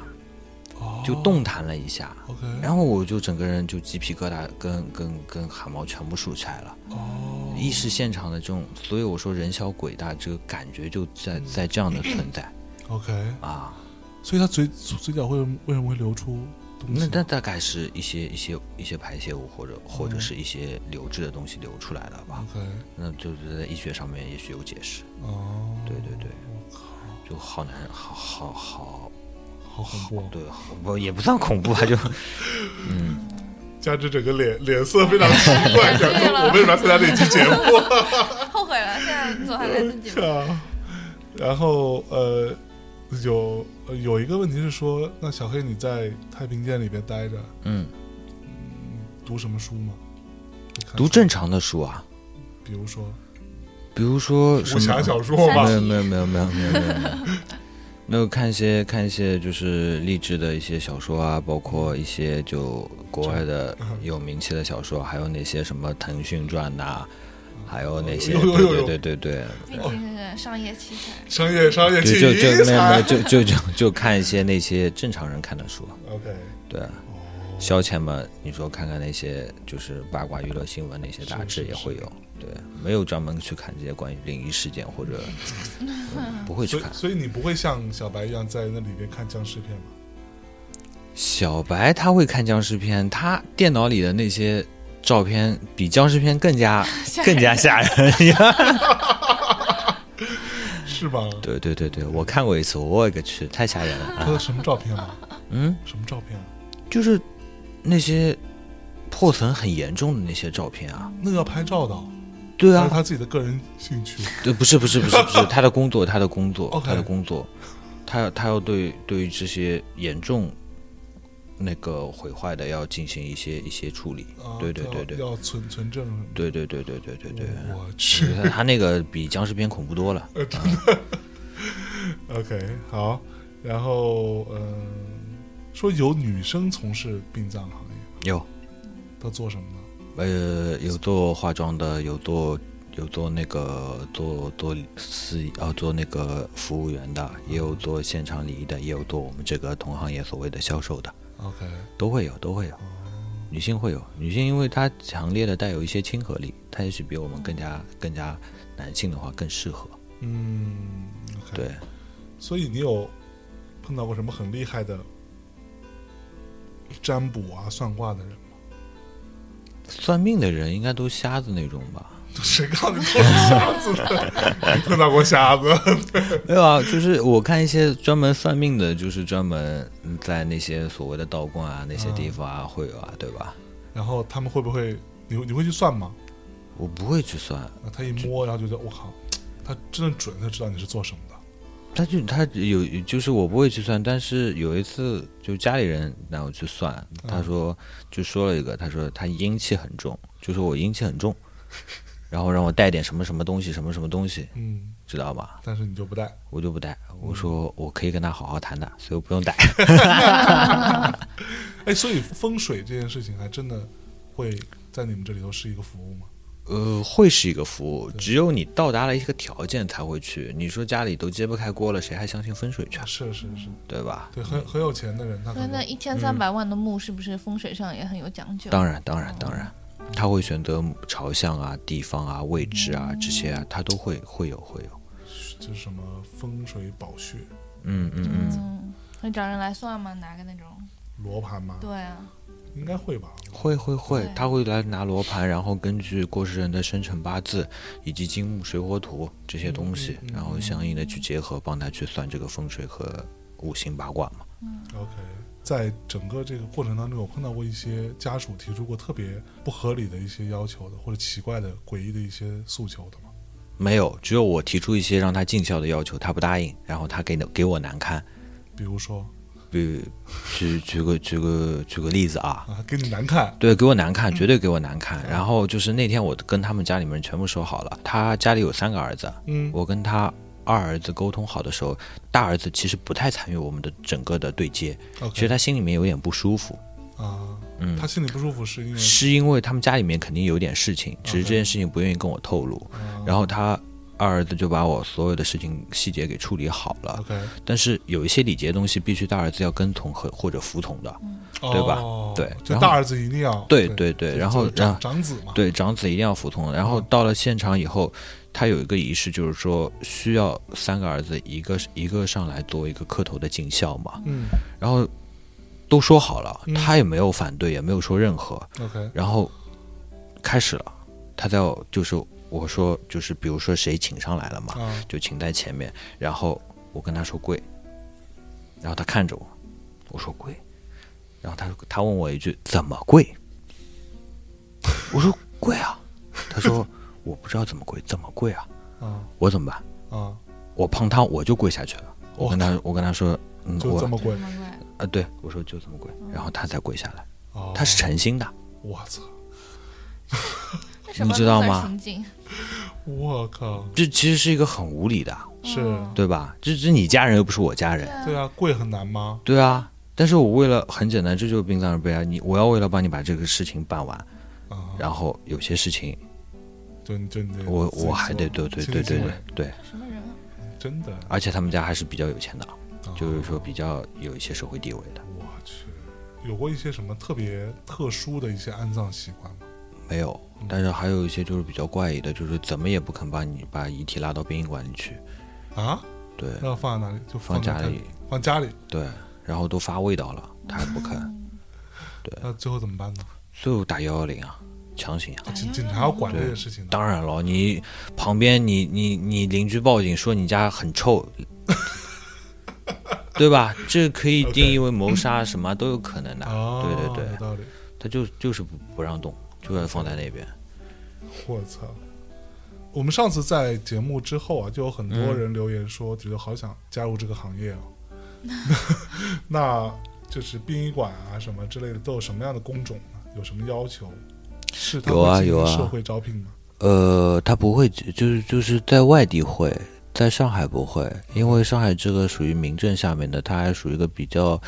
B: 哦
C: 就动弹了一下。
B: ，OK，
C: 然后我就整个人就鸡皮疙瘩跟跟跟汗毛全部竖起来了，
B: 哦，
C: 意识现场的这种，所以我说人小鬼大这个感觉就在在这样的存在
B: OK，
C: 啊，
B: 所以他嘴嘴角会为什么会流出东西
C: 那
B: 呢？
C: 那大概是一些一些一些排泄物或者或者是一些流质的东西流出来了吧，
B: OK，
C: 那就是在医学上面也许有解释，
B: 哦，
C: 对对对，
B: 我靠，
C: 就好难，好好好，
B: 好恐怖哦！
C: 对，不也不算恐怖吧，就嗯，
B: 加之整个脸脸色非常奇怪，想
D: 对了
B: 说我为什么要参加这期节目？
D: 后悔了，现在总还来得及吗？
B: 啊，然后呃，有呃有一个问题是说，那小黑你在太平间里边待着，
C: 嗯，
B: 嗯，读什么书吗？你看
C: 读
B: 书
C: 正，常的书啊，
B: 比如说
C: 比如说什
B: 武
C: 么
B: 侠小说
D: 吧
B: 吧
C: 没。有没有没有没有没有没有没有， *laughs* 没有看一些看一些就是励志的一些小说啊，包括一些就国外的
B: 嗯
C: 有名气的小说，还有那些什么腾讯传呐、还有那些
B: 有
C: 对
B: 哦有有有
C: 对对对对，
D: 毕竟是商业奇才，
B: 商业商业
C: 就
B: 奇
C: 就就没有没有
B: 才
C: 就就就就看一些那些正常人看的书，啊
B: ，OK，
C: 对，
B: 哦，
C: 消遣嘛，你说看看那些就是八卦娱乐新闻那些杂
B: 是
C: 志
B: 是
C: 也会有，对，没有专门去看这些关于灵异事件
B: *laughs*
C: 或者、嗯不会去
B: 所以
C: 看。
B: 所以你不会像小白一样在那里边看僵尸片吗？
C: 小白他会看僵尸片，他电脑里的那些照片比僵尸片
B: *laughs*
C: 更加更加吓人。
B: 是吧？
C: 对对对对，我看过一次，我个去，太吓人了
B: 他的
C: 啊！
B: 什么照片
C: *laughs*
B: 吗？
C: 嗯，
B: 什么照片啊？
C: 就是那些破损很严重的那些照片啊。
B: 那个要拍照的哦，
C: 对
B: 那是
C: 啊，
B: 他自己的个人兴趣。
C: 对，呃不是不是不是
B: *laughs*
C: 不是，他的工作，他的工作，
B: OK
C: 他的工作，他他要对对于这些严重那个毁坏的要进行一些一些处理。
B: 啊
C: 对对
B: 要
C: 对对
B: 要存存证什么的。
C: 对对对对对对对。
B: 我去，
C: 他他那个比僵尸片恐怖多了。
B: 呃 OK，好，然后嗯，说有女生从事殡葬行业，
C: 有，
B: 她做什么呢？
C: 呃，有做化妆的，有做有做那个做做司仪啊，做那个服务员的，也有做现场礼仪的，也有做我们这个同行业所谓的销售的，
B: OK，
C: 都会有，都会有。女性会有，女性因为她强烈的带有一些亲和力，她也许比我们更加更加男性的话更适合。
B: 嗯，OK，
C: 对，
B: 所以你有碰到过什么很厉害的占卜啊、算卦的人？ *laughs*
C: 算命的人应该都瞎子那种吧？
B: 谁告诉你都是瞎子的？你 *laughs* 碰到过瞎子？
C: 没有啊，就是我看一些专门算命的，就是专门嗯在那些所谓的道观啊那些地方啊、会有啊，对吧？
B: 然后他们会不会？你你会去算吗？
C: 我不会去算，
B: 啊他一摸，然后觉得我靠，他真的准，他知道你是做什么的。
C: 他就他有就是我不会去算，但是有一次就家里人让我去算，他说就说了一个，他说他阴气很重，就说我阴气很重，然后让我带点什么什么东西，什么什么东西，
B: 嗯，
C: 知道吧？
B: 但是你就不带。
C: 我就不带，我说我可以跟他好好谈的，所以我不用带。
B: 哎，所以风水这件事情还真的会在你们这里头是一个服务吗？
C: 呃，会是一个服务，只有你到达了一个条件才会去。你说家里都揭不开锅了，谁还相信风水去啊？
B: 是是是，
C: 对吧？
B: 对，很很有钱的人，他可
A: 那那
B: 能
A: 一千三百万的墓是不是风水上也很有讲究？
C: 当然，当然，当然，他会选择朝向啊、地方啊、位置啊
B: 嗯
C: 这些啊，他都会会有会有。
B: 就是什么风水宝穴、
C: 嗯嗯嗯，
A: 嗯，会找人来算吗？拿个那种？
B: 罗盘嘛，
A: 对啊，
B: 应该会吧？
C: 会会会
A: 对，
C: 他会来拿罗盘，然后根据过世人的生辰八字以及金木水火土这些东西，
B: 嗯嗯嗯
C: 然后相应的去结合，帮他去算这个风水和五行八卦嘛。
B: OK，在整个这个过程当中，有碰到过一些家属提出过特别不合理的一些要求的，或者奇怪的、诡异的一些诉求的吗？
C: 没有，只有我提出一些让他尽孝的要求，他不答应，然后他给的给我难堪。
B: 比如说
C: 比举举个举个举个例子啊，
B: 啊，给你难看，
C: 对，给我难看，嗯绝对给我难看。然后就是那天我跟他们家里面全部说好了，他家里有三个儿子，
B: 嗯，
C: 我跟他二儿子沟通好的时候，大儿子其实不太参与我们的整个的对接，其实
B: OK
C: 他心里面有点不舒服。
B: 啊，
C: 嗯嗯
B: 他，心里不舒服是因为
C: 是因为他们家里面肯定有点事情，只是
B: OK
C: 这件事情不愿意跟我透露。
B: 啊
C: 然后他二儿子就把我所有的事情细节给处理好了。
B: OK
C: 但是有一些礼节东西必须大儿子要跟从和或者服从的，对吧
B: 哦
C: 对
B: 就
C: 然后
B: 大儿子一定要
C: 嗯对对对，
B: 就
C: 然后
B: 就
C: 然
B: 长
C: 后
B: 长子嘛，
C: 对长子一定要服从。然后
B: 嗯
C: 到了现场以后，他有一个仪式，就是说需要三个儿子一个一个上来做一个磕头的尽孝嘛。
B: 嗯
C: 然后都说好了
B: 嗯，
C: 他也没有反对，也没有说任何。
B: ，OK，
C: 然后开始了，他在我就是我说就是比如说谁请上来了嘛，
B: 啊，
C: 就请在前面，然后我跟他说跪，然后他看着我，我说跪，然后他说他问我一句怎么跪， *laughs* 我说跪啊，他说我不知道怎么跪，怎么跪啊，
B: 啊
C: 我怎么办？
B: 啊，
C: 我胖汤我就跪下去了，我跟他我跟他说，嗯，
B: 就这
C: 我
B: 么贵
A: 这么怪
C: 啊对，我说就这么跪，然后他才跪下来，
B: 哦，
C: 他是诚心的，
B: 我操，
A: 那什么
C: 你知道吗
A: 都算行径
B: 我靠，
C: 这其实是一个很无理的，
B: 是，
A: 哦
C: 对吧？这这你家人又不是我家人，
B: 对啊，贵很难吗？
C: 对啊。但是我为了很简单，这就是殡葬而悲啊！你我要为了帮你把这个事情办完，
B: 啊，
C: 然后有些事情
B: 就你就你得
C: 我
B: 自己
C: 我还得
B: 做
C: 对
B: 亲
C: 对对
B: 力亲
C: 对对
B: 为
C: 对，
A: 什么人啊？
B: 真的，
C: 而且他们家还是比较有钱的，
B: 啊
C: 就是说比较有一些社会地位的。
B: 我去，有过一些什么特别特殊的一些安葬习惯吗？
C: 没有，
B: 嗯
C: 但是还有一些就是比较怪异的，就是怎么也不肯把你把遗体拉到殡仪馆里去，
B: 啊，
C: 对，
B: 那要放在哪里？就
C: 放
B: 在
C: 家
B: 他
C: 里，，
B: 放家里，
C: 对，然后都发味道了，他还
B: *laughs*
C: 不肯，
B: 那最后怎么办呢？
C: 最后打幺幺零啊，强行啊。
B: 警警察要管这件事情的，
C: 当然了，你旁边你你你邻居报警说你家很 *laughs* 臭，对吧？这可以
B: OK
C: 定义为谋杀，什么都有可能的。
B: 哦，
C: 对对对
B: 有，道理。
C: 他就就是不不让动，就要放在那边。
B: 我操！我们上次在节目之后啊，就有很多
C: 嗯
B: 人留言说，觉得好想加入这个行业哦。 *laughs* 那就是殡仪馆啊什么之类的，都有什么样的工种呢？有什么要求？是他
C: 有啊
B: 会进行
C: 有啊
B: 社会招聘吗？
C: 呃，他不会，就是就是在外地会，在上海不会，因为上海这个属于民政下面的，它还属于一个比较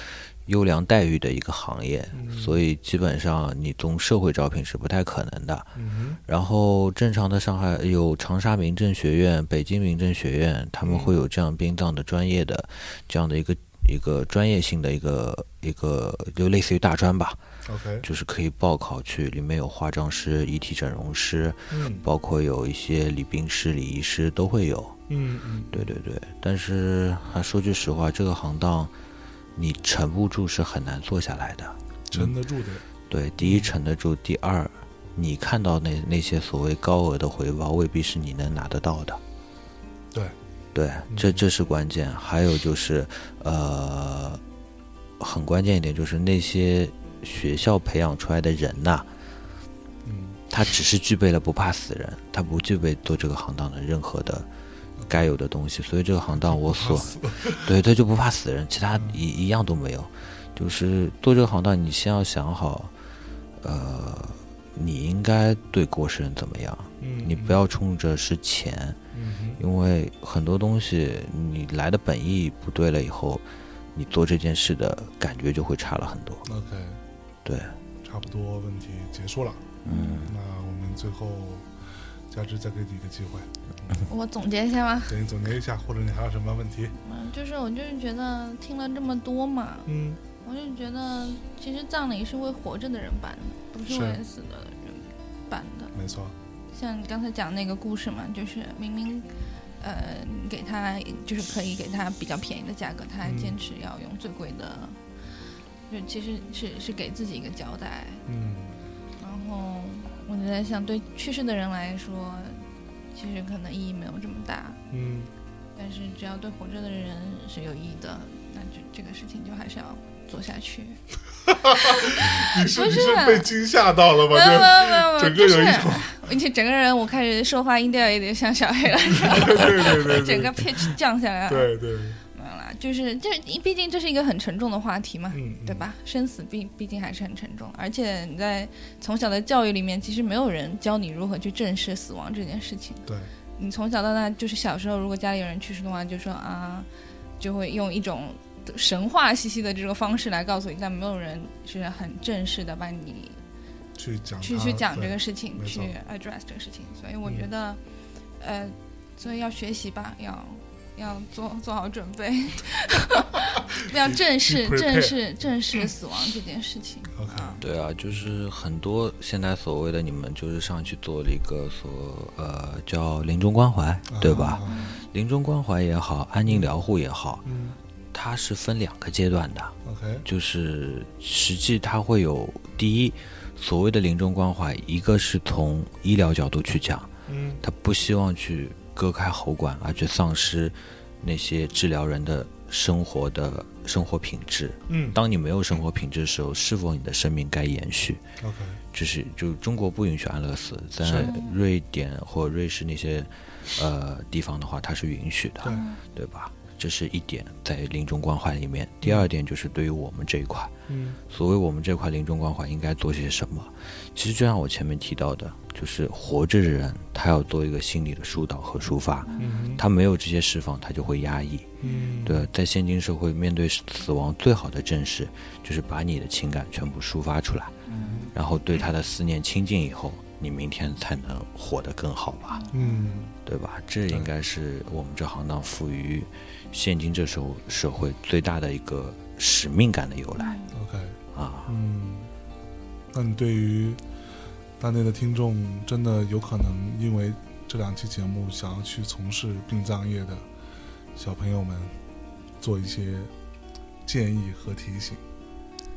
C: 优良待遇的一个行业，
B: 嗯
C: 所以基本上你从社会招聘是不太可能的。
B: 嗯
C: 然后正常的上海有长沙民政学院、北京民政学院，他们
B: 嗯
C: 会有这样殡葬的专业的这样的一个一个专业性的一个一个就类似于大专吧，
B: 嗯哼，OK，
C: 就是可以报考去，里面有化妆师、遗体整容师，
B: 嗯
C: 包括有一些礼宾师、礼仪师都会有。
B: 嗯嗯，
C: 对对对，但是还说句实话，这个行当你沉不住是很难做下来的。
B: 沉得住的，
C: 对，第一沉得住，第二，你看到那那些所谓高额的回报，未必是你能拿得到的。
B: 对，
C: 对，这这是关键。还有就是，呃，很关键一点就是那些学校培养出来的人呐、
B: 嗯
C: 他只是具备了不怕死人，他不具备做这个行当的任何的该有的东西，所以这个行当我所
B: 怕死
C: 对，他就不怕死人，其他一一样都没有。就是做这个行当，你先要想好，呃，你应该对过世人怎么样，
B: 嗯，
C: 你不要冲着是钱，
B: 嗯，嗯
C: 因为很多东西你来的本意不对了以后，你做这件事的感觉就会差了很多。
B: 哼，OK，
C: 对，
B: 差不多问题结束了，
C: 嗯，
B: 那我们最后。佳芝再给你一个机会，
A: 我总结一下吧，
B: 给你总结一下，或者你还有什么问题？
A: 嗯，就是我就是觉得听了这么多嘛，
B: 嗯，
A: 我就觉得其实葬礼是为活着的人办的，不是为
B: 是
A: 死的人办的。
B: 没错，
A: 像你刚才讲那个故事嘛，就是明明，呃，你给他就是可以给他比较便宜的价格，他还
B: 嗯
A: 坚持要用最贵的，就其实是是给自己一个交代。
B: 嗯，
A: 然后我觉得，像对去世的人来说，其实可能意义没有这么大，
B: 嗯，
A: 但是只要对活着的人是有意义的，那就这个事情就还是要做下去。
B: 你是
A: 不
B: 你
A: 是
B: 是被惊吓到了
A: 没有没
B: 吧？
A: 有没有没
B: 这整个有
A: 有，就是
B: 一种，
A: *laughs* 而且整个人我开始说话音调有点像小黑了，
B: 对对对
A: 嗯整
B: 对
A: 个 pitch 降下来了。
B: 对对，
A: 没有啦，就是这，毕竟这是一个很沉重的话题嘛，
B: 嗯，
A: 对？吧？生死毕毕竟还是很沉重，而且你在从小的教育里面，其实没有人教你如何去正视死亡这件事情。
B: 嗯对，
A: 你从小到大，就是小时候，如果家里有人去世的话，就说啊，就会用一种神话兮兮的这个方式来告诉你，但没有人是很正式的把你
B: 去讲
A: 去
B: 它
A: 去讲这
B: 对
A: 个事情，
B: 没
A: 去
B: 错
A: address 这个事情。所以我
B: 嗯
A: 觉得，呃，所以要学习吧，要要做做好准备，要正视
B: prepare
A: 正视正视死亡这件事情。
B: OK，
C: 对啊，就是很多现在所谓的你们就是上去做了一个所呃叫临终关怀，对吧？
B: 啊？
C: 临终关怀也好，安宁疗护也好，
B: 嗯
C: 它是分两个阶段的，
B: ，OK，
C: 就是实际它会有第一，所谓的临终关怀，一个是从医疗角度去讲，
B: 嗯
C: 他不希望去割开喉管而去丧失那些治疗人的生活的生活品质。
B: 嗯
C: 当你没有生活品质的时候，是否你的生命该延续？
B: ，OK，
C: 就是就中国不允许安乐死，在
B: 是
C: 瑞典或瑞士那些呃地方的话，它是允许的。
B: 对，
A: 啊
C: 对吧？这是一点在临终关怀里面。第二点就是对于我们这一块，
B: 嗯
C: 所谓我们这块临终关怀应该做些什么？其实就像我前面提到的，就是活着的人他要做一个心理的疏导和抒发，
B: 嗯，
C: 他没有这些释放，他就会压抑。
B: 嗯，
C: 对，在现今社会，面对死亡最好的正视就是把你的情感全部抒发出来，然后对他的思念亲近以后，你明天才能活得更好吧。
B: 嗯，
C: 对吧？这应该是我们这行当赋予现今这时候社会最大的一个使命感的由来
B: OK，
C: 啊！
B: 嗯，那你对于大内的听众，真的有可能因为这两期节目想要去从事殡葬业的小朋友们，做一些建议和提醒。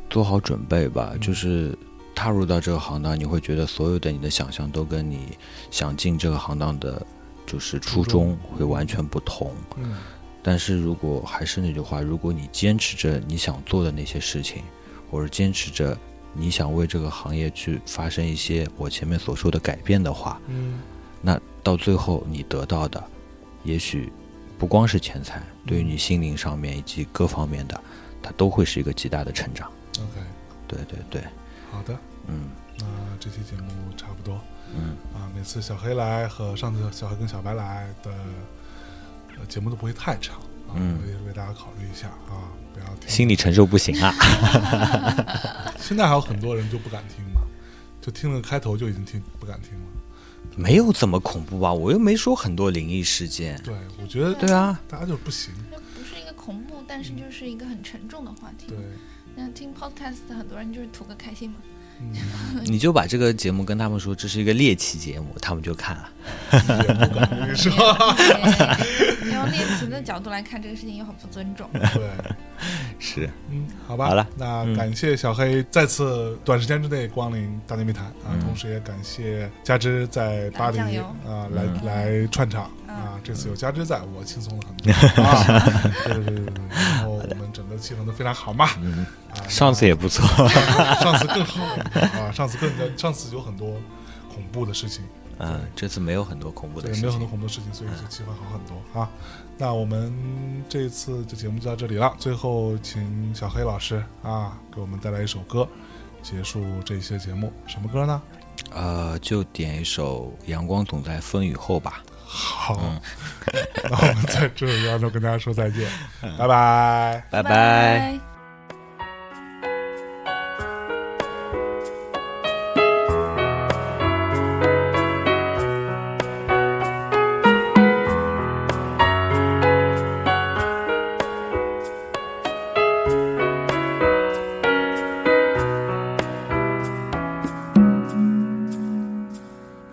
C: 做好准备吧，
B: 嗯
C: 就是踏入到这个行当，你会觉得所有的你的想象都跟你想进这个行当的，就是初
B: 初衷
C: 衷会完全不同。
B: 嗯
C: 但是如果还是那句话，如果你坚持着你想做的那些事情，或者坚持着你想为这个行业去发生一些我前面所说的改变的话，
B: 嗯
C: 那到最后你得到的，也许不光是钱财，对于你心灵上面以及各方面的，它都会是一个极大的成长。
B: ，OK，
C: 对对对，
B: 好的，
C: 嗯
B: 那这期节目差不多。
C: 嗯，
B: 啊，每次小黑来和上次小黑跟小白来的、呃节目都不会太长啊，
C: 嗯
B: 我也是为大家考虑一下啊，不要听。
C: 心理承受不行 *laughs* 啊。
B: 现在还有很多人就不敢听嘛，就听了开头就已经听不敢听了。
C: 没有怎么恐怖吧？啊我又没说很多灵异事件。
B: 对，我觉得
C: 对啊，
B: 大家就是不行。
D: 那不是一个恐怖，但是就是一个很沉重的话题
B: 对。，
D: 那听 podcast 很多人就是图个开心嘛。
B: 嗯，
C: 你就把这个节目跟他们说这是一个猎奇节目，他们就看了。
B: 也不敢跟你说。
D: 对用猎奇的角度来看这个事情又很不尊重。
B: 对，
C: 是，
B: 嗯，好吧，
C: 好了
B: 那
C: 嗯
B: 感谢小黑再次短时间之内光临大内密谈啊，
C: 嗯
B: 同时也感谢加之在巴黎
D: 打酱油
B: 啊、来、
C: 嗯
B: 来串场
D: 嗯
B: 啊，这次有加之在，我轻松了很多啊，对对对对对，然后我们整个气氛都非常好嘛，
C: 嗯，
B: 啊，
C: 上次也不错。
B: 那上次更好啊，上次更上次有很多恐怖的事情，
C: 嗯，这次没有很多恐怖
B: 对
C: 的，事
B: 没有很多
C: 情。
B: 恐怖的事情，所以这气氛好很多啊。那我们这次的节目就到这里了，最后请小黑老师啊给我们带来一首歌，结束这些节目。什么歌呢？
C: 呃，就点一首《阳光总在风雨后》吧。
B: 好， *laughs* 那我们在这里当中跟大家说再见，拜拜。
C: 拜拜。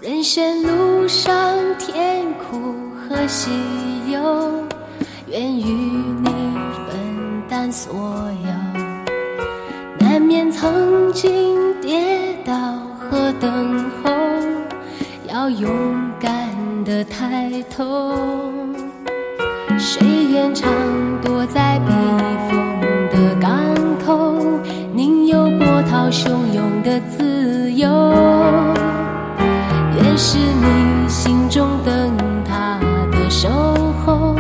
E: 人生路上甜苦和喜忧，愿与你分担所有。难免曾经跌倒和等候，要勇敢的抬头。谁愿常躲在避风的港口，宁有波涛汹涌的自由？愿是你心中灯塔的守候，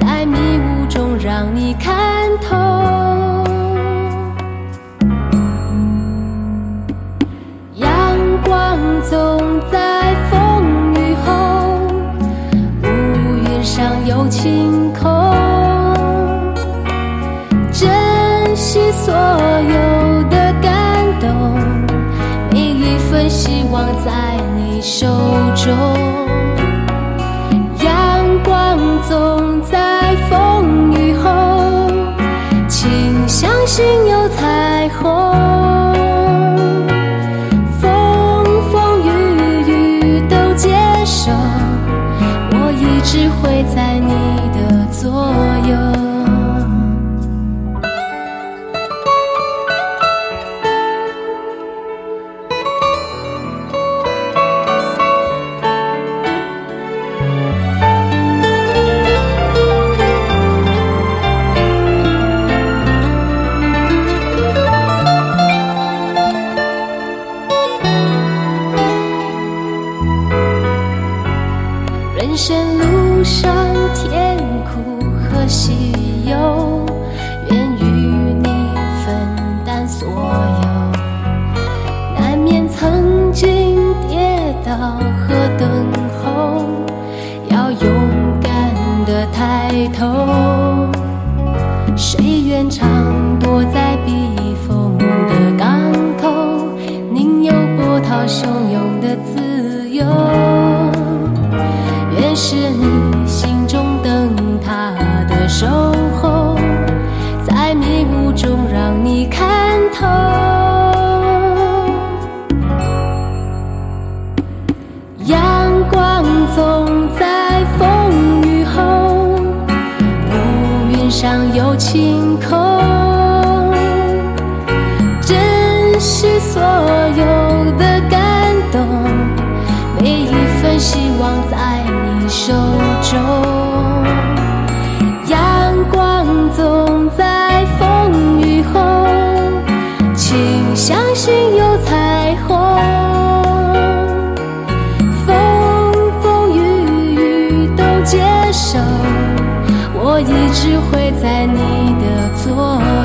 E: 在迷雾中让你看透。阳光总在风雨后，乌云上有晴空。珍惜所有的感动，每一份希望在你手中。阳光总在风雨后，请相信有彩虹。风风雨雨都接受，我一直会在你的左右。人生路上甜苦和喜忧，愿与你分担所有。难免曾经跌倒和等候，要勇敢的抬头。谁愿常躲在避风的港口，宁有波涛汹涌的自由？愿是你心中灯塔的守候，在迷雾中让你看透。阳光总在风雨后，乌云上有晴空。珍惜所有的感动。每一份希望在你手中。阳光总在风雨后，请相信有彩虹。风风雨雨都接受，我一直会在你的左